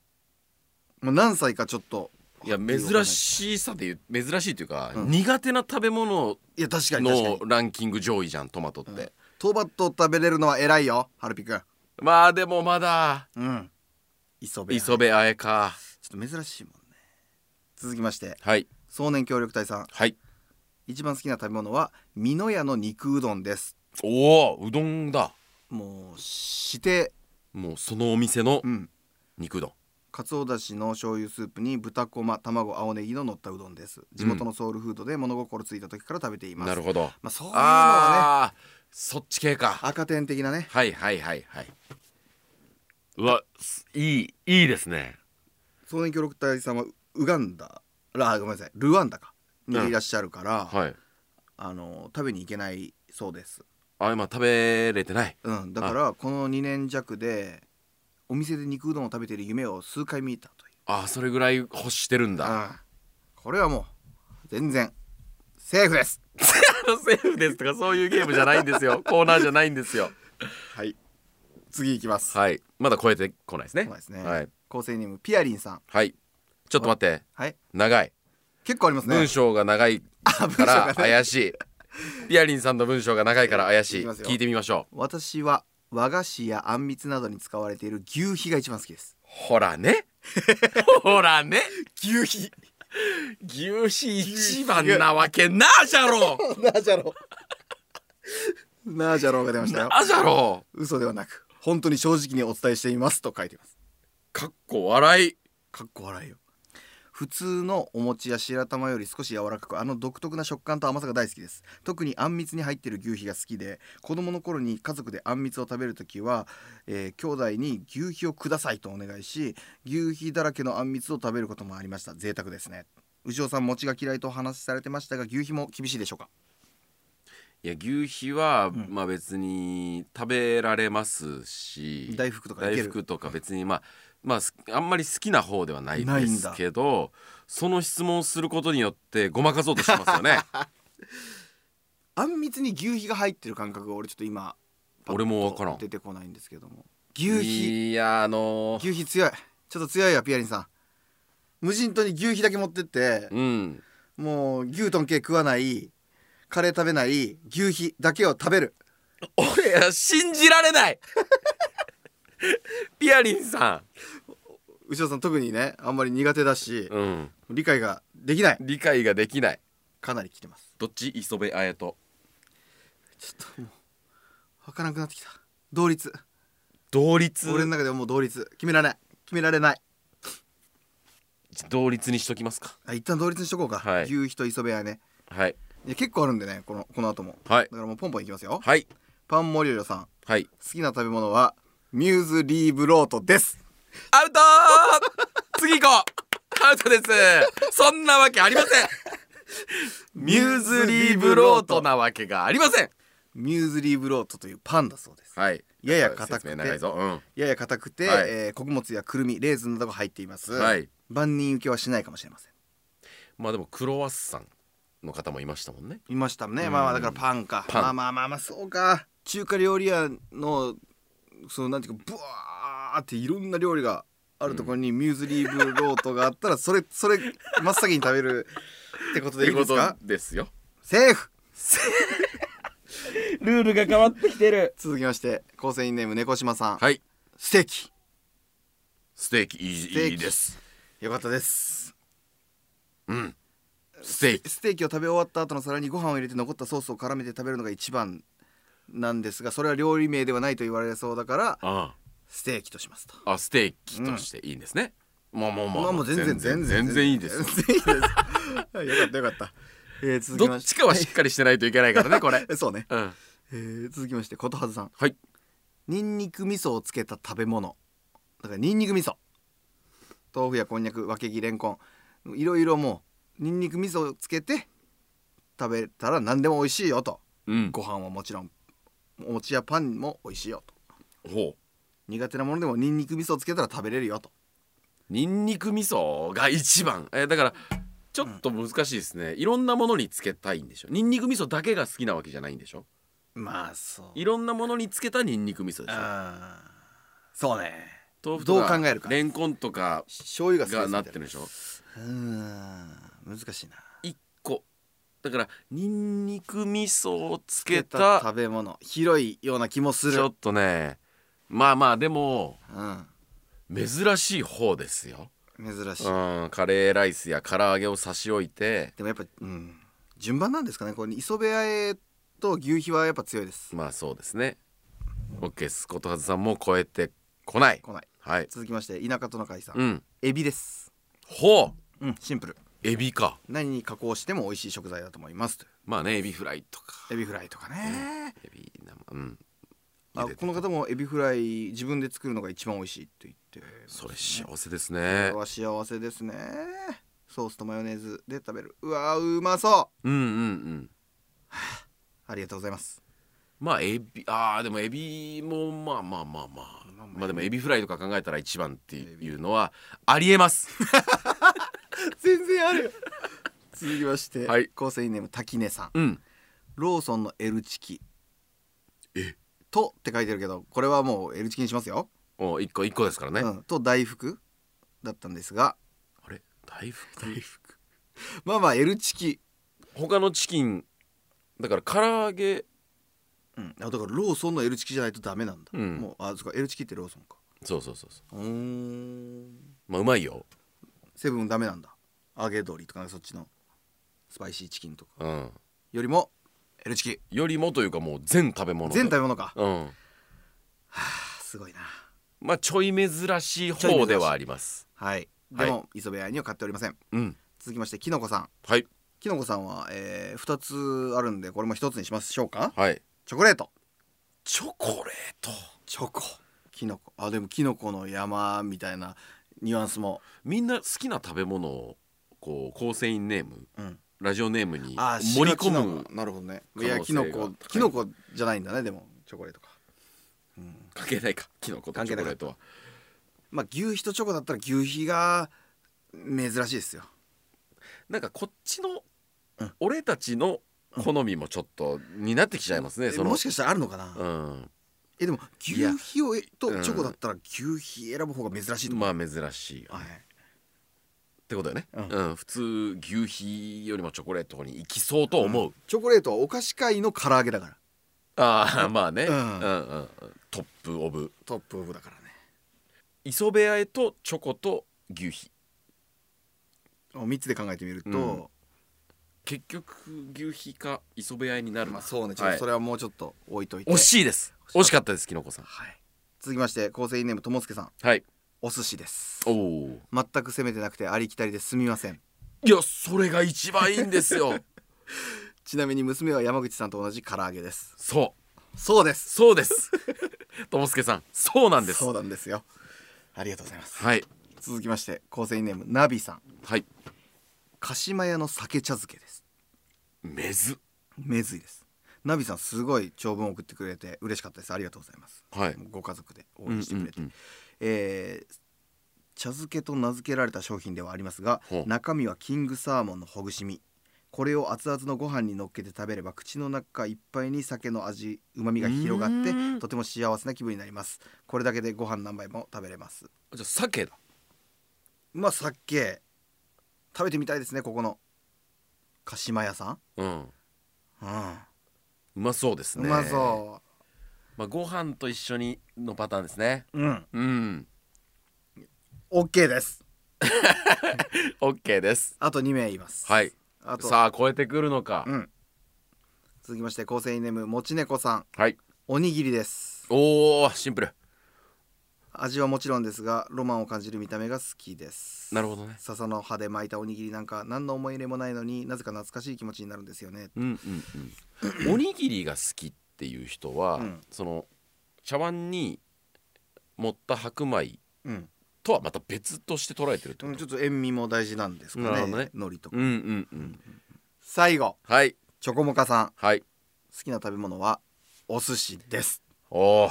B: う、まあ、何歳かちょっと
A: いや珍しさで言う珍しいというか、
B: うん
A: 苦手な食べ物
B: いや確かに確か
A: の
B: に
A: ランキング上位じゃんトマトって、
B: うんトマト食べれるのは偉いよはるぴくん
A: まあでもまだ
B: うん磯部
A: 磯部あえか
B: ちょっと珍しいもんね続きまして
A: はい
B: 壮年協力隊さん
A: はい
B: 一番好きな食べ物は美濃屋の肉うどんです
A: おおうどんだ
B: もうして
A: もうそのお店の
B: うん
A: 肉うどん
B: かつおだしの醤油スープに豚こま卵青ネギの乗ったうどんです地元のソウルフードで物心ついた時から食べています、
A: なるほど
B: まあそういうのはね
A: ああーそっち系か
B: 赤点的なね
A: はいはいはいはいうわすいいいいですね
B: 少年協力隊さんはウガンダあごめんなさいルワンダかにいらっしゃるから、
A: はい
B: あの食べに行けないそうです
A: あ今食べれてない
B: うんだからこの2年弱でお店で肉うどんを食べている夢を数回見たという
A: あーそれぐらい欲してるんだ
B: ああこれはもう全然セーフです
A: セーフですとかそういうゲームじゃないんです よコーナーじゃないんですよ
B: はい次いきます
A: はいまだ超えてこないですね
B: そうですね
A: はい、
B: 構成ネームピアリンさん
A: はい、ちょっと待って
B: はい
A: 長い
B: 結構ありますね
A: 文章が長い
B: あ文章
A: か
B: が
A: ら
B: ね
A: 怪しいピアリンさんの文章が長いから怪し
B: い
A: い
B: きますよ
A: 聞いてみましょう
B: 私は和菓子やあんみつなどに使われている牛皮が一番好きです
A: ほら ねほらね
B: 牛皮
A: 牛皮一番なわけなあじゃろう
B: なあじゃろう なあじゃろうが出ましたよ
A: なあじゃろう
B: 嘘ではなく本当に正直にお伝えしていますと書いてます
A: かっこ笑い
B: かっこ笑いよ普通のお餅や白玉より少し柔らかくあの独特な食感と甘さが大好きです特にあんみつに入ってる牛皮が好きで子供の頃に家族であんみつを食べるときは、えー兄弟に牛皮をくださいとお願いし牛皮だらけのあんみつを食べることもありました贅沢ですね牛尾さん餅が嫌いとお話しされてましたが牛皮も厳しいでしょうか
A: いや牛皮は、
B: ん
A: まあ別に食べられますし
B: 大福とかいけ
A: 大
B: る
A: 福とか別にまあまあすあんまり好きな方ではない
B: ない
A: で
B: ん
A: す
B: だ
A: けどその質問をすることによってごまかそうとしてますよね
B: あんみつに牛皮が入ってる感覚が俺ちょっと今パッと
A: 俺もわからん
B: 出てこないんですけども 牛皮
A: いやあのー
B: 牛皮強いちょっと強いよピアリンさん無人島に牛皮だけ持ってって
A: うん
B: もう牛丼系食わないカレー食べない牛皮だけを食べる
A: 俺は信じられない ピアリンさ
B: 牛尾さん特にねあんまり苦手だし
A: ん、、うん、
B: 理解ができない
A: 理解ができない
B: かなり来てます
A: どっち磯部綾と
B: ちょっともう分からなくなってきた同率
A: 同率
B: 俺の中ではもう同率決められない決められない
A: 同率にしときますか
B: あ一旦同率にしとこうか、
A: はい
B: 牛皮と磯部屋ね
A: はい
B: いや結構あるんでねこのこの後も
A: はい
B: だからもうポンポンいきますよ
A: はい
B: パンモリオリオさん好
A: はい
B: きな食べ物はミューズリーブロートです
A: アウトー 次行こうアウトですそんなわけありません ミューズリーブロートなわけがありません
B: ミューズリーブロートというパンだそうです、
A: はい
B: やや硬く
A: 説
B: て
A: 明長いぞうん
B: やや硬くて、
A: はい
B: えー穀物やくるみレーズンなどが入っています、
A: はい
B: 万人受けはしないかもしれません
A: まあでもクロワッサンの方もいましたもんね
B: いましたね
A: うん
B: まあまあだからパンか
A: パン
B: まあまあまあまあそうか中華料理屋のそのなんていうかブワーっていろんな料理があるところにミューズリーブロートがあったらそれそれ真っ先に食べるってことでいいですか
A: ですよ
B: セーフ
A: ルールが変わってきてる
B: 続きまして構成員ネーム猫島さん、
A: はい
B: ステーキ
A: ステーキいい
B: ステーキ
A: いいです
B: よかったです
A: うんステーキ
B: ステーキを食べ終わった後の皿にご飯を入れて残ったソースを絡めて食べるのが一番なんですがそれは料理名ではないと言われそうだから
A: あ
B: ステーキとしますと。
A: ああステーキとしていいんですね、まあまあまあ、
B: まあもう全然全然
A: 全然いいですよ
B: 全然いいです。よかったよかった。えー、続き
A: ど
B: ま
A: っ
B: し
A: ちかはしっかりしてないといけないからねこ れ
B: てそうね、
A: うん
B: えー、続きましてことはずさん
A: はい
B: ニンニク味噌をつけた食べ物だからニンニク味噌豆腐やこんにゃくわけぎれんこんいろいろもうニンニク味噌をつけて食べたら何でも美味しいよと
A: うん
B: ご飯はもちろんお餅やパンも美味しいよと
A: ほう
B: 苦手なものでもニンニク味噌をつけたら食べれるよと
A: ニンニク味噌が一番えーだからちょっと難しいですね、いろんなものにつけたいんでしょニンニク味噌だけが好きなわけじゃないんでしょ
B: まあそう
A: いろんなものにつけたニンニク味噌でしょ
B: あーそうね
A: 豆腐とか
B: どう考えるか
A: レンコンとか
B: 醤油が好き
A: が
B: ですみた
A: ないってるでしょ
B: うーん難しいな
A: 一個だからニンニク味噌をつ
B: つけ
A: け
B: た
A: た
B: 食べ物広いような気もす
A: ちょ
B: る
A: っとねまあまあでも
B: うん
A: 珍しい方ですよ、
B: 珍しい、
A: うん、カレーライスや唐揚げを差し置いて
B: でもやっぱ、うん、順番なんですかねこれ磯部屋へと牛皮はやっぱ強いです
A: まあそうですね OK ですことはずさんも超えてこない
B: 来ない
A: はい
B: 続きまして田舎トナカイさん、
A: うん
B: エビです
A: ほう
B: うんシンプル
A: エビか
B: 何に加工しても美味しい食材だと思いますと
A: まあねエビフライとか
B: エビフライとかね、
A: エビ生うん
B: あこの方もエビフライ自分で作るのが一番美味しいって言って
A: それ幸せです
B: こ
A: ね
B: れは幸せですねソースとマヨネーズで食べるうわーうまそ
A: うんうんうん
B: うありがとうございます
A: まあエビあーでもエビもまあまあまあまあ
B: まあまあ
A: まあでもエビフライとか考えたら一番っていうのはありえます
B: 全然あるよ続きまして、
A: はい
B: 構成員ネーム滝根さん
A: うん
B: ローソンの L チキ
A: え
B: とって書いてるけどこれはもう L チキにしますよ、
A: お一個一個ですからね、
B: うん、と大福だったんですが
A: あれ大福大福
B: まあまあ L チキ、
A: 他のチキンだから唐揚げ
B: うん、あだからローソンの L チキじゃないとダメなんだ、
A: うん
B: もうあそうか L チキってローソンか
A: そうそうそうそう
B: うーん
A: まあうまいよ
B: セブンダメなんだ揚げ鶏とか、そっちのスパイシーチキンとか
A: うん
B: よりも L チキ
A: よりもというかもう全食べ物
B: 全食べ
A: べ
B: 物か
A: うん
B: あすごいな
A: まあちょい珍しい方ではあります
B: はい
A: は
B: で
A: い
B: も、磯部屋には買っておりません
A: うん
B: 続きましてきのこさん
A: はい
B: きのこさんは、えー、2つあるんでこれも1つにしましょうか
A: はい
B: チョコレート
A: チョコレート
B: チョコきのこあでもきのこの山みたいなニュアンスも
A: みんな好きな食べ物をこう構成員ネーム
B: うん
A: ラジオネームに
B: あ
A: 盛り込む
B: なるほどねい
A: 可
B: や
A: 能
B: き
A: 性が
B: の
A: 高い
B: こきのこじゃないんだねでもチョコレートか
A: 関係ないかキノコと
B: 関
A: チ
B: 係
A: ョコ
B: なか
A: レ
B: っ
A: ートは
B: まあ牛皮とチョコだったら牛皮が珍しいですよ
A: なんかこっちの、
B: うん
A: 俺たちの好みもちょっとになってきちゃいますね、
B: え
A: その
B: もしかしたらあるのかな、
A: うん
B: えでも
A: いや
B: 牛皮をえと
A: うん
B: チョコだったら牛皮選ぶ方が珍しいと思う、
A: まあ珍しいよね、
B: はい
A: ってことだよね、
B: う
A: うんん普通牛皮よりもチョコレートに行きそうと思う、
B: チョコレートはお菓子界の唐揚げだから
A: ああまあね、
B: う
A: うんんうんうん、トップオブ
B: トップオブだからね
A: 磯部屋へとチョコと牛皮
B: 3つで考えてみると、
A: 結局牛皮か磯部屋になる、
B: まあそうねちょっとそ
A: れ、
B: れはもうちょっと置いといて、
A: 惜しいです惜しかったですきのこさん
B: はい、続きまして構成員ネームともすけさん
A: はい
B: お寿司です
A: おお
B: 全く攻めてなくてありきたりですみません
A: いやそれが一番いいんです よ
B: ちなみに娘は山口さんと同じ唐揚げです
A: そう
B: そうです
A: そうです。ともすけさん、そうなんです。
B: そうなんですよありがとうございます
A: はい。
B: 続きまして構成員ネームナビさん
A: はい。
B: 鹿島屋の酒茶漬けです
A: めず。
B: めずいですナビさんすごい長文送ってくれて嬉しかったですありがとうございます、
A: はい
B: ご家族で応援してくれ
A: う
B: て、
A: んうんうん
B: えー茶漬けと名付けられた商品ではありますが
A: ほう
B: 中身はキングサーモンのほぐし身これを熱々のご飯に乗っけて食べれば口の中いっぱいに酒の味うまみが広がって
A: うーん
B: とても幸せな気分になりますこれだけでご飯何杯も食べれます
A: じゃあ、鮭だ。
B: まあ酒食べてみたいですねここの鹿島屋さん
A: うん。
B: うん
A: うまそうです
B: う
A: ね。。
B: まそう
A: まあ、ご飯と一緒にのパターンですね。
B: ううん
A: うん。
B: OK です
A: オッケーです。
B: あと2名います
A: はい。
B: あと
A: さあ、超えてくるのか。
B: うん続きまして構成員ネームもちねこさん
A: はい。
B: おにぎりです
A: おお、シンプル。
B: 味はもちろんですがロマンを感じる見た目が好きです
A: なるほどね
B: 笹の葉で巻いたおにぎりなんか何の思い入れもないのになぜか懐かしい気持ちになるんですよね
A: うん、うん、うん。おにぎりが好きっていう人は、
B: うん
A: その。茶碗に。盛った白米。
B: うん、
A: とはまた別として捉えてるってこと。
B: ちょっと塩味も大事なんですかね
A: なるほどね
B: 海苔とか、
A: うん、うん、うん。
B: 最後
A: はい。
B: チョコモカさん
A: はい。
B: 好きな食べ物はお寿司です
A: おお。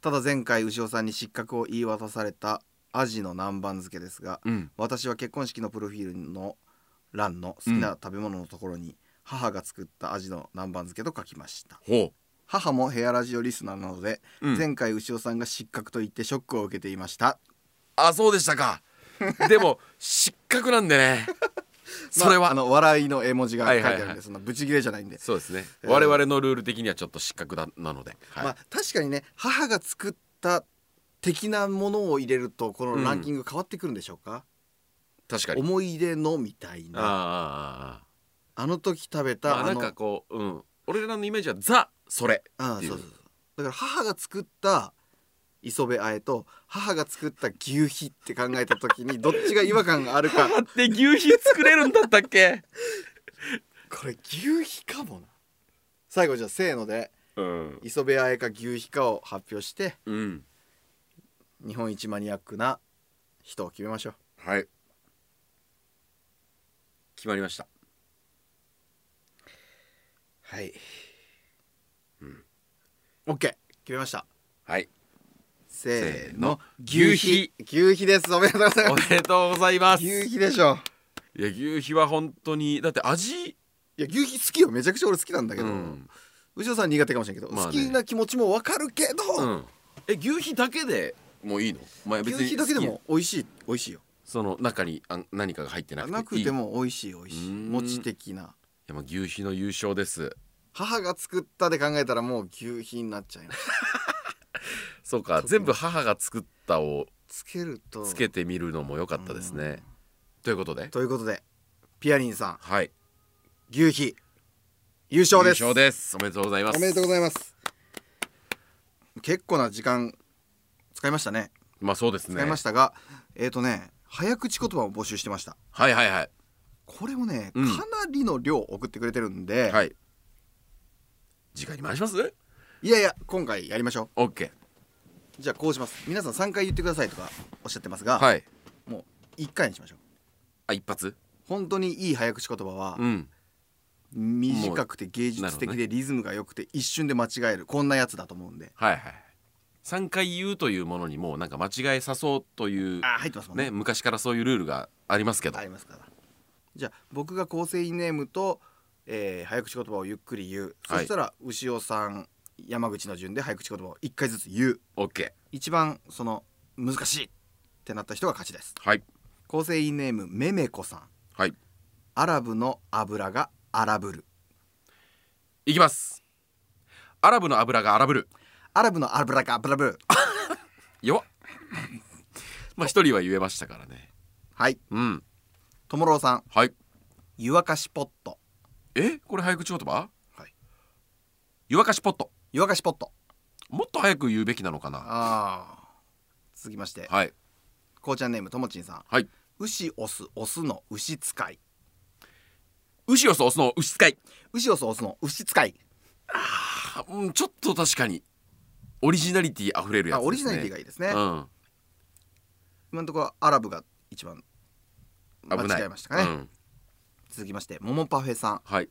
B: ただ前回牛尾さんに失格を言い渡されたアジの南蛮漬けですが
A: うん。
B: 私は結婚式のプロフィールの欄の好きな食べ物のところに母が作ったアジの南蛮漬けと書きました
A: ほ
B: 母もヘアラジオリスナーなので、
A: う。うん
B: 前回牛尾さんが失格と言ってショックを受けていました
A: あそうでした かでも失格なんでねそれ
B: ま
A: は、
B: あ、あの笑いの絵文字が書いてあるんで、
A: はいはいはい
B: そのブチギレじゃないんで、
A: そうですね、
B: えー
A: 我々のルール的にはちょっと失格だなので、はい
B: まあ確かにね母が作った的なものを入れるとこのランキング変わってくるんでしょうか、
A: 確かに
B: 思い出のみたい
A: ああ
B: なあ
A: ああああ
B: の時食べ
A: ま
B: た
A: あ
B: あ
A: な
B: の
A: んかこう、うん、俺らのイメージはザそれ
B: あ
A: ってい
B: そううそうそうだから母が作った磯辺あえと母が作った牛皮って考えた時にどっちが違和感が あるか
A: って牛皮作れるんだったっけ
B: これ牛皮かもな最後じゃあせーので
A: うん、
B: 磯辺あえか牛皮かを発表して
A: うん、
B: 日本一マニアックな人を決めましょう
A: はい決まりました
B: はいうん OK 決めました
A: はい
B: せー
A: の
B: の
A: 牛皮
B: 牛皮ですおめでとうござい
A: お
B: ま
A: めでとうございますす
B: 牛
A: い
B: 皮でしょ
A: や牛皮は本当にだって味
B: いや牛皮好きよめちゃくちゃ俺好きなんだけど、
A: うん
B: 牛尾さん苦手かもしれんけど、
A: まあね
B: 好きな気持ちもわかるけ
A: う
B: ど、
A: ん、え牛皮だけでもういいの、まあ、別に
B: 牛皮だけで
A: 好き
B: も美味しい美味しいよ
A: その中にあん何かが入ってなくていい
B: なくても美味しい美味しい
A: うん
B: 餅的ない
A: やまあ牛皮の優勝です
B: 母が作ったで考えたらもう牛皮になっちゃいます
A: そうか全部母が作ったを
B: つけると
A: つけてみるのも良かったですねということで
B: ということでピアリンさん
A: はい
B: 牛皮優勝です
A: 優勝ですおめでとうございます
B: おめでとうございます結構な時間使いましたね
A: まあそうですね
B: 使いましたが、えっ、とね早口言葉を募集してました
A: はいはいはい
B: これをね、
A: うん
B: かなりの量送ってくれてるんで、
A: はい次回に回します
B: いやいや今回やりましょ
A: ?OK
B: うじゃあこうします皆さん3回言ってくださいとかおっしゃってますが、
A: はい
B: もう1回にしましょう
A: あ一発
B: 本当にいい早口言葉は
A: うん
B: 短くて芸
A: なる
B: 術
A: ほど
B: 的
A: ね
B: でリズムが良くて一瞬で間違えるこんなやつだと思うんで
A: はいはい3回言うというものにもうなんか間違えさそうという
B: あー入ってますもんね
A: ね昔からそういうルールがありますけど
B: ありますからじゃあ僕が構成員ネームと、えー早口言葉をゆっくり言うそ
A: はい
B: したら牛尾さん山口の順で早口言葉を1回ずつ言う
A: OK
B: 一番その難しいってなった人が勝ちです
A: はい
B: 構成員ネームめめこさん
A: はい
B: アラブの油が荒ぶる
A: いきますアラブの油が荒ぶる
B: アラブの油が油ぶる
A: 弱っまあ一人は言えましたからね
B: はい
A: うん
B: ともろうさん
A: はい
B: 湯沸かしポット
A: えこれ早口言葉
B: はい
A: 湯沸かしポット
B: 湯沸かしポット
A: もっと早く言うべきなのかな
B: ああ続きまして
A: はい
B: こうちゃんネームともちんさん
A: はい
B: 牛オスオスの牛使い
A: 牛を押すの牛使い
B: 牛オスオスの牛使い
A: あうんちょっと確かにオリジナリティ溢れるやつ
B: あオリジナリティがいいですね、
A: うん
B: 今のところアラブが一番間
A: 危ない
B: 違えましたかね、
A: うん
B: 続きましてモモパフェさん
A: はい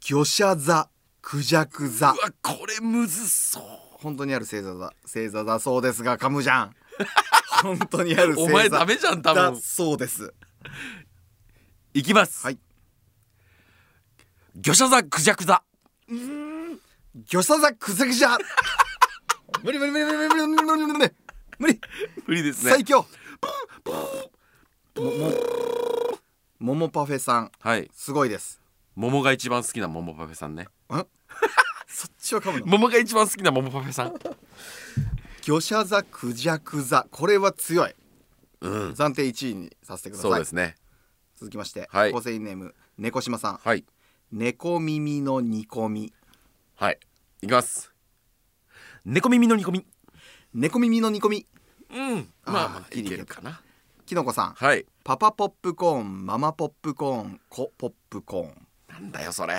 B: 魚舎座クジャク座
A: うわこれむずそう
B: 本当にある星座だ星座だそうですが噛むじゃ ん本当にある星
A: お
B: 座
A: 前ダメじゃん多
B: だ
A: 分
B: そうです
A: いきます
B: はい
A: 魚舎座クジャク座
B: 魚舎座クジャクジャ無理無理無理無理無理無理無理無理無理無理
A: 無理です
B: 最
A: ね
B: 強ももももパフェさん
A: はい
B: すごいです
A: 桃が一番好きな桃パフェさんね
B: そっちを噛むの
A: 桃が一番好きな桃パフェさん
B: 魚舎座クジャク座これは強い
A: うん
B: 暫定1位にさせてくだ
A: そう
B: さい
A: ですね
B: 続きまして、
A: はい
B: 構成員ネーム猫島さん
A: はい
B: 猫耳の煮込み
A: はいいきます猫耳の煮込み
B: 猫耳の煮込み
A: うん
B: あー
A: まあまあ
B: ギ
A: い
B: リいけ
A: け
B: た
A: るかな
B: きのこさん
A: はい
B: パパポップコーンママポップコーン子ポップコーン
A: なんだよそれ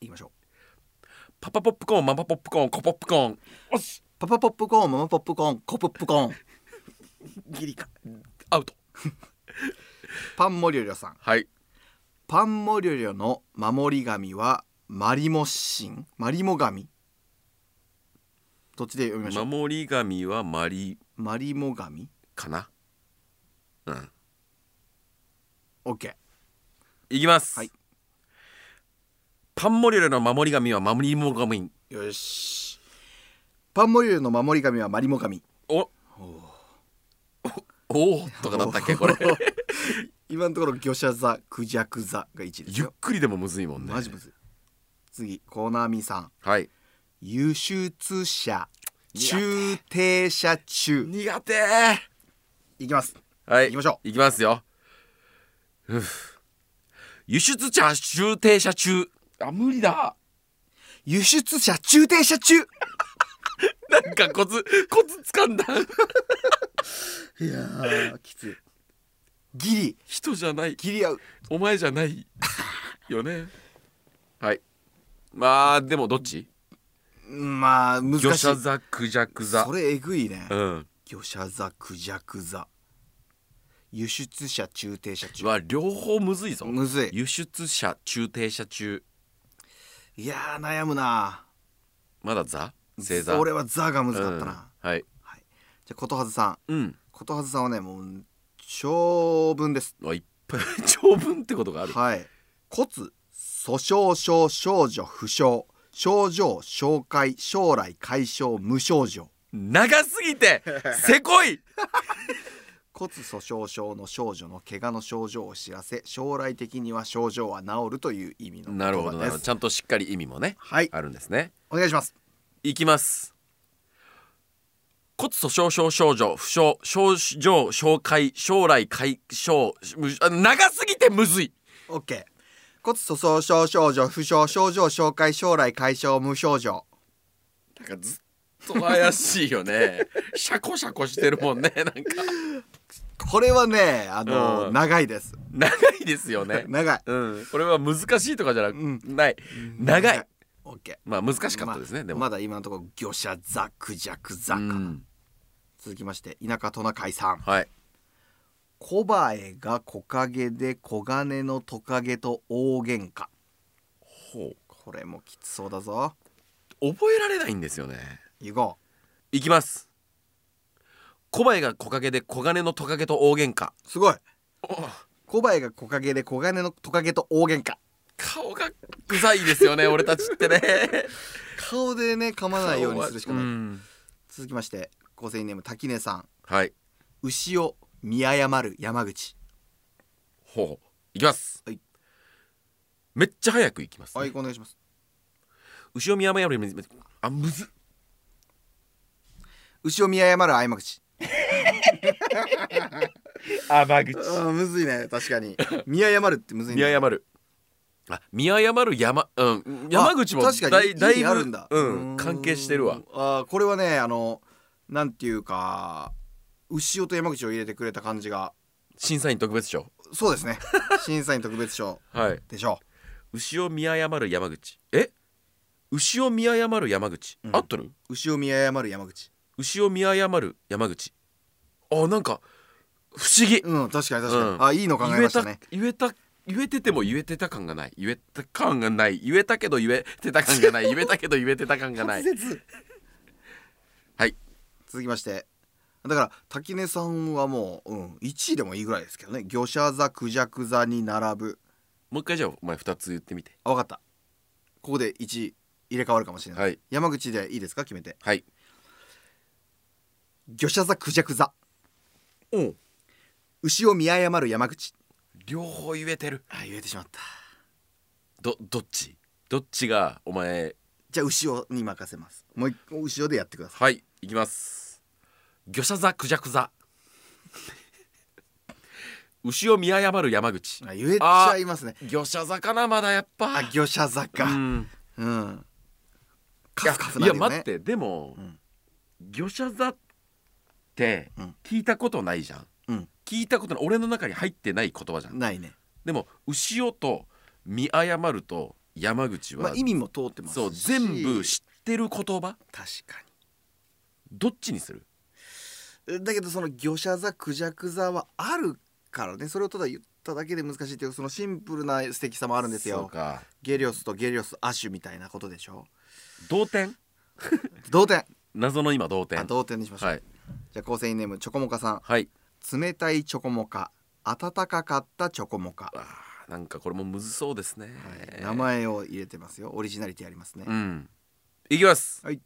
B: いきましょう
A: パパポップコーンママポップコーンコポップコーンおし
B: パパポップコーンママポップコーン子ポップコーン
A: ギリかアウト
B: パンモリョリョさん
A: はい
B: パンモリョリョの守り神はマリモ神マリモ神どっちで読みましょう
A: 守り神はマリ
B: マリモ神
A: かなうん
B: オッケー
A: いきます、
B: はい
A: パンモリュレの守り神は守りモガミン
B: よしパンモリューの守り神はマリモ神
A: おおおーとかだったっけこれ
B: 今のところ魚舎座クジャク座が1です
A: ゆっ
B: よ
A: くりでもむずいもんね
B: マジむずい次コナミさん
A: はい
B: 輸出者駐停車中
A: 苦手
B: いきます
A: はい
B: 行きましょ
A: う行きますよふう輸出車中停車中あ無理だ
B: 輸出車駐停車中い
A: なんかコツコツ掴んだ
B: やーきついギリ
A: 人じゃない
B: ギリ合う
A: お前じゃないよね はいまあでもどっち
B: まあ難しい
A: 魚車座クジャク座
B: それえぐいね
A: うん
B: 魚車座クジャク座輸出車駐停車中
A: は両方むずいぞ
B: むずい
A: 輸出車中停車中
B: いやー悩むな
A: まだ座正座
B: 俺はザが難かったな、
A: うん、はい
B: じゃあことはずさん
A: うん
B: ことはずさんはねもう長文です
A: あいっぱい 長文ってことがある
B: はい骨粗鬆症少女不詳症状紹介将来解消無症状
A: 長すぎてせこ い
B: 骨粗鬆症の少女の怪我の症状を知らせ将来的には症状は治るという意味の言
A: なるほど
B: 葉
A: なる
B: で
A: ほど
B: す
A: ちゃんとしっかり意味もね
B: はい
A: あるんですね
B: お願いします
A: いきます骨粗鬆症症状不詳症状紹介将来解消むあ長すぎてむずい
B: OK 骨粗鬆症少女不詳症状紹介将来解消無症状
A: なんかずっと怪しいよねシャコシャコしてるもんねなんか
B: これはねあの、
A: うん
B: 長いです
A: 長いですよね
B: 長い
A: うん、これは難しいとかじゃなく、
B: うん
A: ない長い
B: OK
A: まあ難しかったですね、
B: ま
A: でも、
B: まだ今のところ魚者ザクジャクザ
A: う
B: かな、
A: ん
B: 続きまして田舎トナカイさん
A: はい
B: 小バエが木陰で黄金のトカゲと大喧嘩
A: ほ
B: これもきつそうだぞ
A: う覚えられないんですよね
B: 行こ
A: いきます小林が木陰で黄金のトカゲと大喧嘩
B: うすごい
A: お
B: 小バエが木陰で黄金のトカゲと大喧嘩
A: 顔がうざいです よね俺たちってね
B: 顔でね噛まないようにするしかない、
A: うん
B: 続きまして構成員ネーム滝根さん
A: はい
B: 牛を見誤る山口
A: ほういきます、
B: はい
A: めっちゃ早くいきます、
B: はいお願いします
A: 後ろ見山よりもあむずっ
B: 牛を見誤る山口
A: 甘口
B: あむずいね確か に見誤るってむずい
A: 見
B: ね
A: 誤るあ見誤る山うん山口も
B: あ確かに
A: だい
B: 意味
A: だいぶ
B: あるんだ、
A: うん、関係してるわ
B: あーこれはねあのなんていうか牛尾と山口を入れてくれた感じが
A: 審査員特別賞
B: そうで すね審査員特別賞
A: はい
B: でしょ
A: 牛を見誤る山口え牛を見誤る山口、
B: うん
A: 合っとる
B: う牛を見誤る山口
A: 牛を見誤る山口あなんか不思議
B: うん確かに確かに、
A: うん
B: あいいの考え
A: 言え
B: ましたたね
A: 言えた言えてても言えてた感がない言えた感がない言えたけど言えてた感がない 言えたけど言えてた感がないはい
B: 続きましてだから滝根さんはもう、うん、1位でもいいぐらいですけどね魚者座クジャク座に並ぶ
A: もう一回じゃあお前2つ言ってみて
B: あ分かったここで1位入れ替わるかもしれない、
A: はい
B: 山口でいいですか決めて
A: はい
B: 魚者座クジャク座
A: うん
B: 牛を見誤る山口
A: 両方言えてる
B: あ言えてしまった
A: どどっちどっちがお前
B: じゃあ牛尾に任せますもう一個牛尾でやってくださ
A: はい行きます魚者座クジャク 座牛を見誤る山口
B: いあ言えちゃいますね
A: 魚者座かなまだやっぱ
B: あ魚者坂
A: う
B: うん、
A: んい
B: カ
A: や
B: フカフ
A: い
B: な
A: や
B: るよ
A: 待
B: ね
A: ってでも、
B: うん
A: 魚者座って
B: うん
A: 聞いたことないじゃん、
B: うん
A: 聞いたことない俺の中に入ってない言葉じゃん
B: ないね
A: でも牛尾と見誤ると山口
B: ま
A: は、
B: あ意味も通ってますし
A: そう全部知ってる言葉
B: 確か
A: どっちにする
B: にだけどその魚者座クジャク座はあるからねそれをただ言っただけで難しいっていうそのシンプルな素敵さもあるんです
A: そう
B: よ
A: か
B: ゲリオスとゲリオスアシュみたいなことでしょ
A: 同点
B: 同点
A: 謎の今同点
B: あ同点にしましょう、
A: はい
B: じゃあ構成員ネームチョコモカさ
A: はい
B: ん冷たいチョコモカ温かかったチョコモカ
A: あーなんかこれもむずそうですね、
B: はい名前を入れてますよオリジナリティありますね、
A: うんいきます、
B: はい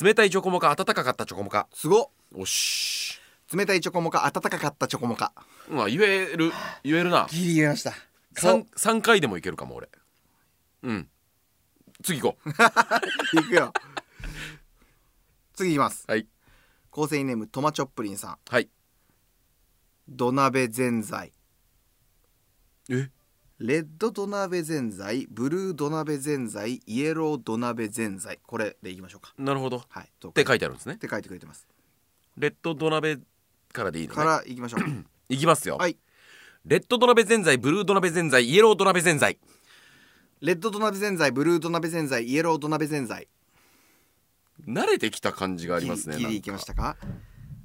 A: 冷たいチョコモカ温かかったチョコモカ
B: すごっ
A: おし
B: 冷たいチョコモカ温かかったチョコモカ
A: まあ言える言えるな
B: ギリ言えました
A: 三三回でもいけるかも俺うん次行こう
B: いくよ次いきます
A: はい
B: 構成員ネームトマチョップリンさん
A: はい
B: 土鍋ぜんざい
A: え
B: レッド土鍋ぜんざいブルー土鍋ぜんざいイエロー土鍋ぜんざいこれでいきましょうか
A: なるほどっ
B: はいどうか
A: て書いてあるんですね
B: って書いてくれてます
A: レッド土鍋からでいいの
B: か
A: ね
B: らいきましょう
A: いきますよ、
B: はい
A: レッド土鍋ぜんざいブルー土鍋ぜんざいイエロー土鍋ぜんざい
B: レッド土鍋ぜんざいブルー土鍋ぜんざいイエロー土鍋ぜんざい
A: 慣れてきた感じがありますね
B: ギリギリい
A: なんか
B: きましたか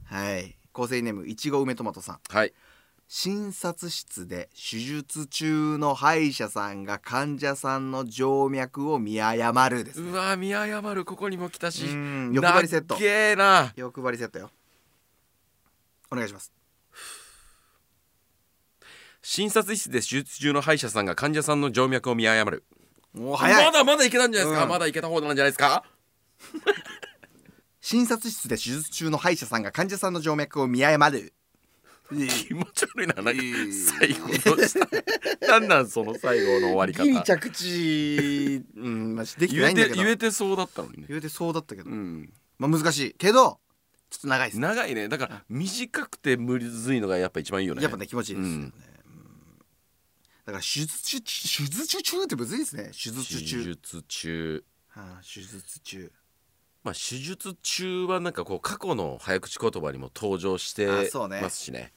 B: はい構成員ネームいちご梅トマトさん
A: はい
B: 診察室で手術中の歯医者さんが患者さんの静脈を見誤るです
A: うわ見誤るここにも来たし
B: うん欲張りセット
A: なっけーな
B: 欲張りセットよお願いします
A: 診察室で手術中の歯医者さんが患者さんの静脈を見誤る
B: もう早い
A: まだまだいけたんじゃないですか、
B: うん
A: まだいけた方なんじゃないですか
B: 診察室で手術中の歯医者さんが患者さんの静脈を見誤 るいい
A: 気持ち悪いななんか
B: いい
A: 最後どうしたなんなんその最後の終わり方
B: ギリ着地、うんまあ、できて
A: 言
B: な
A: え
B: いんだ
A: て
B: けど
A: 言えてそうだったのにね、
B: 言うてそうだったけど、
A: うん、
B: まあ、難しいけどちょっと長いです、
A: 長いねだから短くてむずいのがやっぱ一番いいよね
B: やっぱね気持ちいいですよね、
A: うん
B: うんだから手術中手術中ってむずいですね手術
A: 手
B: 中中、
A: 術中
B: はあ、手術中
A: まあ手術中はなんかこう過去の早口言葉にも登場して
B: あそうね
A: ますしね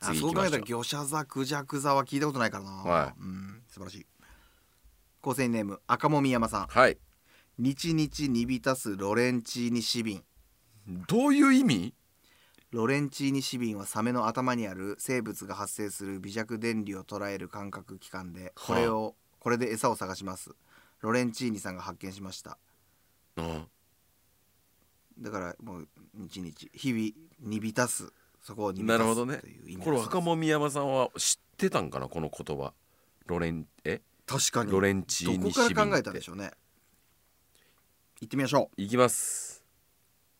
B: あ
A: 次行
B: そう
A: き
B: 考
A: ましょう
B: えたら魚者座クジャク座は聞いたことないからな、
A: はい
B: うん素晴らしい構成員ネーム赤もみ山さん
A: はい
B: 日日にびたすロレンチーニシビン
A: どういう意味
B: ロレンチーニシビンはサメの頭にある生物が発生する微弱電流を捉える感覚器官でこれを、これで餌を探しますロレンチーニさんが発見しました
A: あ
B: だからもう日日日々にびたすそこをにびた
A: な
B: す
A: るほどね
B: という意味だ
A: これ
B: そうです
A: 若者宮山さんは知ってたんかなこの言葉ロレンえ
B: 確かに
A: ロレンチーニシビン
B: どこから考えたんでしょうね行ってみましょ
A: いきます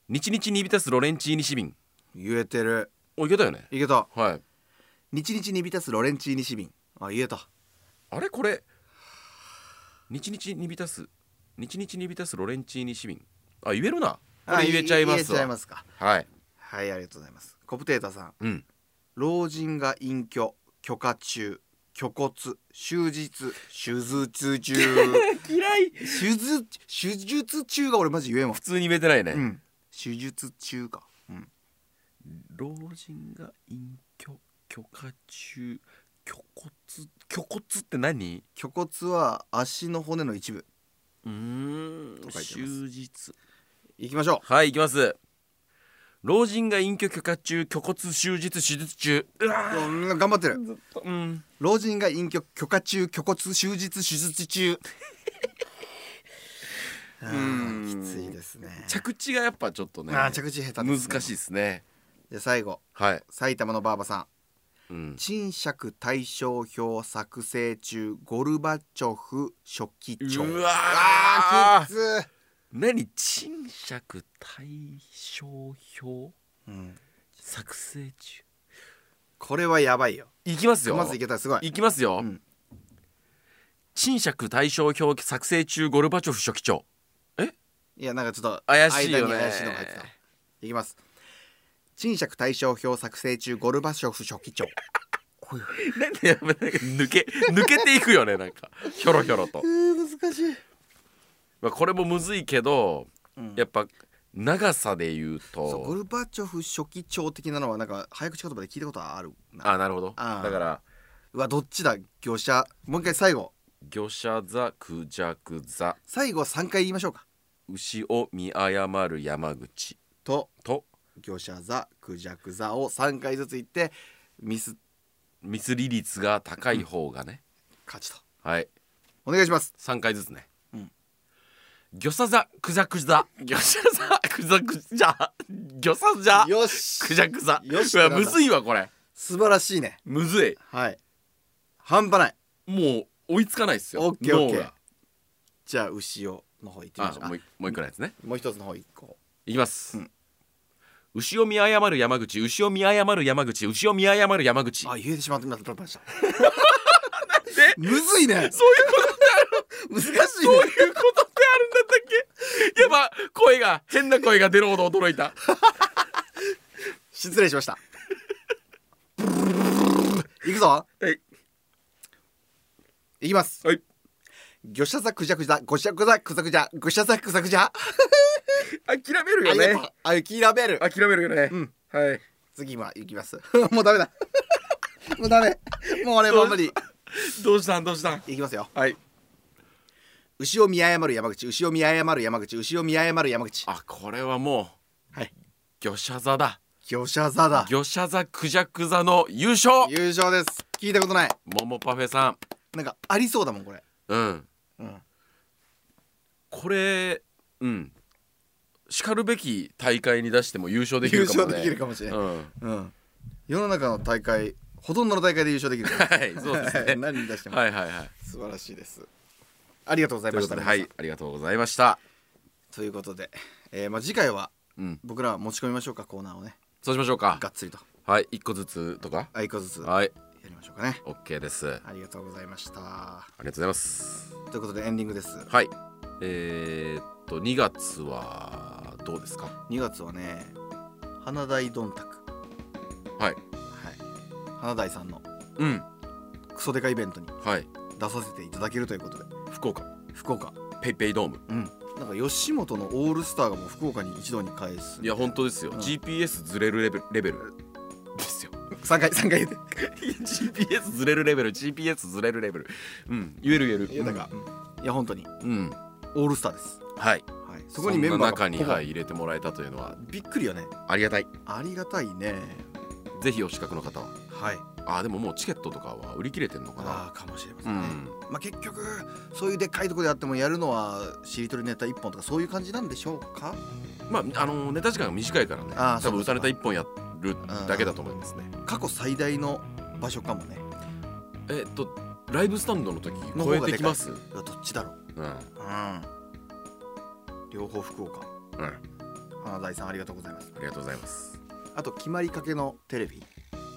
A: 日日に浸すロレンチーニシビン
B: う言えてる
A: おいけたよね
B: いけた
A: はい
B: 日日にびたすロレンチーニシビンあ言えた
A: あれこれ日日に浸す日日に浸すロレンチーニシビンあ言えるなこれ言えちゃいます
B: あ言えち
A: わ
B: ゃいますか
A: はい
B: はいありがとうございますコプテータさん
A: うん
B: 老人が隠居許可中虚骨終日手術 中
A: 嫌い
B: 手術手術中が俺マジ言えんわ
A: 普、通に言えてないね、
B: うん、手術中か、うん、
A: 老人が隠居許可中虚骨虚骨って何
B: 虚骨は足の骨の一部
A: うーん
B: と書いてます
A: 終日
B: いきましょ
A: はい行きます老人が隠居許可中虚骨終日手術中うわ
B: ううん頑張ってる
A: ずっとうん
B: 老人が隠居許可中虚骨終日手術 中あー
A: うん
B: きついですね
A: 着地がやっぱちょっとね
B: あー着地下手です、ね、
A: 難しいですね
B: じゃあ最後
A: はい、
B: 埼玉のばあばさん
A: うん、
B: 賃借対照表作成中ゴルバチョフ書記長
A: うわー
B: あーきつ、
A: 何賃借対象表
B: うん、
A: 作成中
B: これはやばいよ
A: いきますよ
B: まずいけたらすごい
A: いきますよ、
B: うん
A: 賃借対象表作成中ゴルバチョフ書記長
B: いやなんかちょっと
A: 怪しいよね
B: 間に怪しいのが入ってたいきます賃借対照表作成中ゴルバチョフ書記長こういう
A: なんで やっぱなんか抜け抜けていくよねなんかひょろひょろと、
B: 難しい、
A: まあ、これもむずいけど
B: うん
A: やっぱ長さで言う
B: そうゴ
A: と
B: ルバチョフ書記長的なのはなんか早口言葉で聞いたことあるな
A: あなるほど
B: あー
A: だから
B: うわどっちだ魚者もう一回最後
A: 魚者座クジャク座
B: 最後3回言いましょうか
A: 牛を見誤る山口
B: と
A: と
B: 魚者座クジャク座を3回ずつ言ってミス
A: ミス利率が高い方がね、
B: 勝ちと
A: はい
B: お願いします
A: 3回ずつね、
B: うん
A: 魚さざクジャクザ魚さざクジャクザ魚さざ
B: よし
A: クジャクザ
B: よし
A: うわ
B: なん
A: む
B: だ
A: ずいわこれ
B: 素晴らしいね
A: むずい
B: はい半端ない
A: もう追いつかないっすよ
B: オッケーオ
A: 脳
B: ッケー
A: が
B: じゃあ牛尾の方行ってみましょう
A: あもういもう一個のやつね
B: あもう一つの方行こ
A: いきます、
B: うん
A: 牛を見誤る山口牛を見誤る山口牛を見誤る山口
B: うあ言えてしまってましたましたむずいね
A: そういうこと
B: 難しい
A: どう
B: ね
A: いうことってあるんだったっけやば声が変な声が出るほど驚いた
B: 失礼しました。いくぞ。
A: はい
B: いきます。
A: はい。
B: 魚しゃざくじゃくじゃ、ごしゃくざくざくじゃ、ぐしゃざくざくじゃ。
A: 諦めるよ
B: ありが
A: ね
B: とう。あ、諦める。
A: 諦めるよねうんはい
B: 次今行きます。 もうダメだ。もうダメ。もう俺もう無理。
A: どうしたんどうしたん
B: いきますよ。
A: はい
B: 牛を見誤る山口、牛を見誤る山口、牛を見誤る山口。
A: あこれはもう
B: はい
A: 魚者座だ
B: 魚しゃざだ。
A: 魚者座クジャク座の優勝
B: 優勝です。聞いたことない。
A: モモパフェさん
B: なんかありそうだもんこれ。
A: うん
B: うん。
A: これうんしかるべき大会に出しても優勝でき
B: 優
A: るかも
B: 勝
A: ね
B: できるかもしれない。
A: うん
B: うん、世の中の大会ほとんどの大会で優勝できるから
A: はいそうですね
B: 何に出しても、
A: はいはいはい
B: 素晴らしいですありがとうござい
A: とい
B: ま
A: うこ
B: し
A: と
B: た
A: では
B: 皆
A: い
B: さん
A: ありがとうございました
B: ということで、えーまあ、次回は
A: うん
B: 僕らは持ち込みましょうかコーナーをね
A: そうしましょうか
B: がっつりと
A: はい一個ずつとか
B: あ一個ずつや
A: はい
B: りましょうかね
A: OK ですあ
B: ありがとうございまし
A: り
B: た
A: がとうございます
B: ということでエンディングです
A: はいえー、っと2月はどうですか
B: 2月はね花大どんたく
A: はい
B: はい花大さんの
A: うん
B: クソデカイベントに
A: はい
B: 出させていただけるということで
A: 福岡
B: 福岡
A: ペイペイドーム
B: うんなんか吉本のオールスターがもう福岡に一堂に返す
A: いや本当ですよ、
B: うん
A: GPS ずれるレベルレベル ですよ
B: 3回3回言って
A: GPS ずれるレベル GPS ずれるレベルうん言える言える
B: いやなんか、いや本当に
A: うん
B: オールスターです、
A: はい
B: はい、そ
A: そ
B: こ
A: こ
B: に
A: に
B: メ
A: メ
B: ン
A: ン
B: バ
A: バ
B: ー
A: ー
B: が
A: 中に、
B: ほぼ
A: はい、入れてもらえたというのは
B: びっくりよね
A: ありがたい
B: ありがたいね
A: ぜひお近くの方は
B: はい
A: あでももうチケットとかは売り切れてんのかな
B: ああかもしれませ
A: うん
B: ね、
A: ん
B: まあ結局そういうでっかいとこであってもやるのはしりとりネタ1本とかそういう感じなんでしょうか
A: まああのネタ時間が短いからね
B: あー
A: 多分歌
B: そうかそうか
A: ネタ一本やるだけだと思いますね
B: 過去最大の場所かもね
A: えっとライブスタンドの時
B: の方
A: 超
B: が
A: えてきます
B: でいやどっちだろう
A: うんうん
B: うん両方福岡
A: あ
B: 花大さんありがとうございます
A: りがとうございます
B: あと決まりかけのテレビ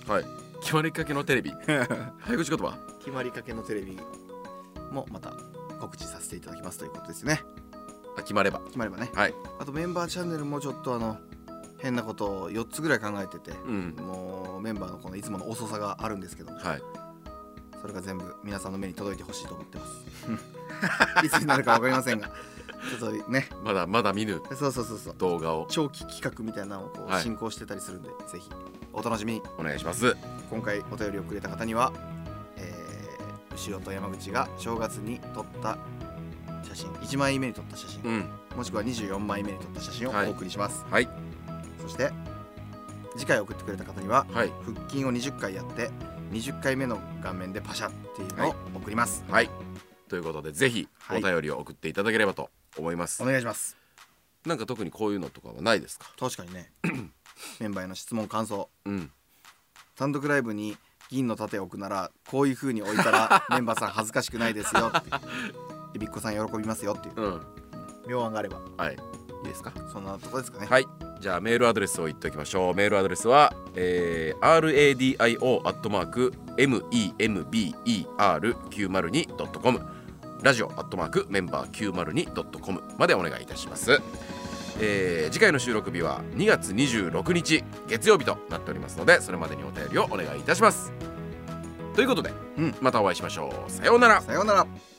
A: はい決まりかけのテ レビ
B: 決
A: 早口言葉
B: まりかけのテレビもまた告知させていただきますということですね
A: あ決まれば
B: 決まればね
A: はい
B: あとメンバーチャンネルもちょっとあの変なことを4つぐらい考えてて、
A: うん
B: もうメンバーのこのいつもの遅さがあるんですけども
A: はい
B: それが全部皆さんの目に届いてほしいと思ってます いつになるか分かりませんがちょっとね
A: まだまだ見ぬ
B: そうそうそうそう
A: 動画を
B: 長期企画みたいなのをこう
A: はい
B: 進行してたりするんで、ぜひお楽しみに
A: お願いします
B: 今回お便りをくれた方には、えー、牛尾と山口が正月に撮った写真1枚目に撮った写真、
A: うん
B: もしくは24枚目に撮った写真をお送りします、
A: はい
B: そして次回送ってくれた方には
A: はい
B: 腹筋を20回やって20回目の顔面でパシャっていうのを送ります、
A: はいということでぜひ
B: はい
A: お便りを送っていただければと思います、
B: お願いします
A: なんか特にこういうのとかはないですか
B: 確かにね メンバーへの質問感想
A: うん
B: 単独ライブに銀の盾を置くならこういう風に置いた らメンバーさん恥ずかしくないですよってでびっこさん喜びますよっていう
A: うん
B: 妙案があれば
A: はいいいですか
B: そんなとこですかね
A: はいじゃあメールアドレスを言っておきましょうメールアドレスは、えー、radio.member902.com ラジオアットマークメンバー 902.com までお願いいたします、えー次回の収録日は2月26日月曜日となっておりますのでそれまでにお便りをお願いいたしますということで、
B: うん
A: またお会いしましょうさようなら
B: さようなら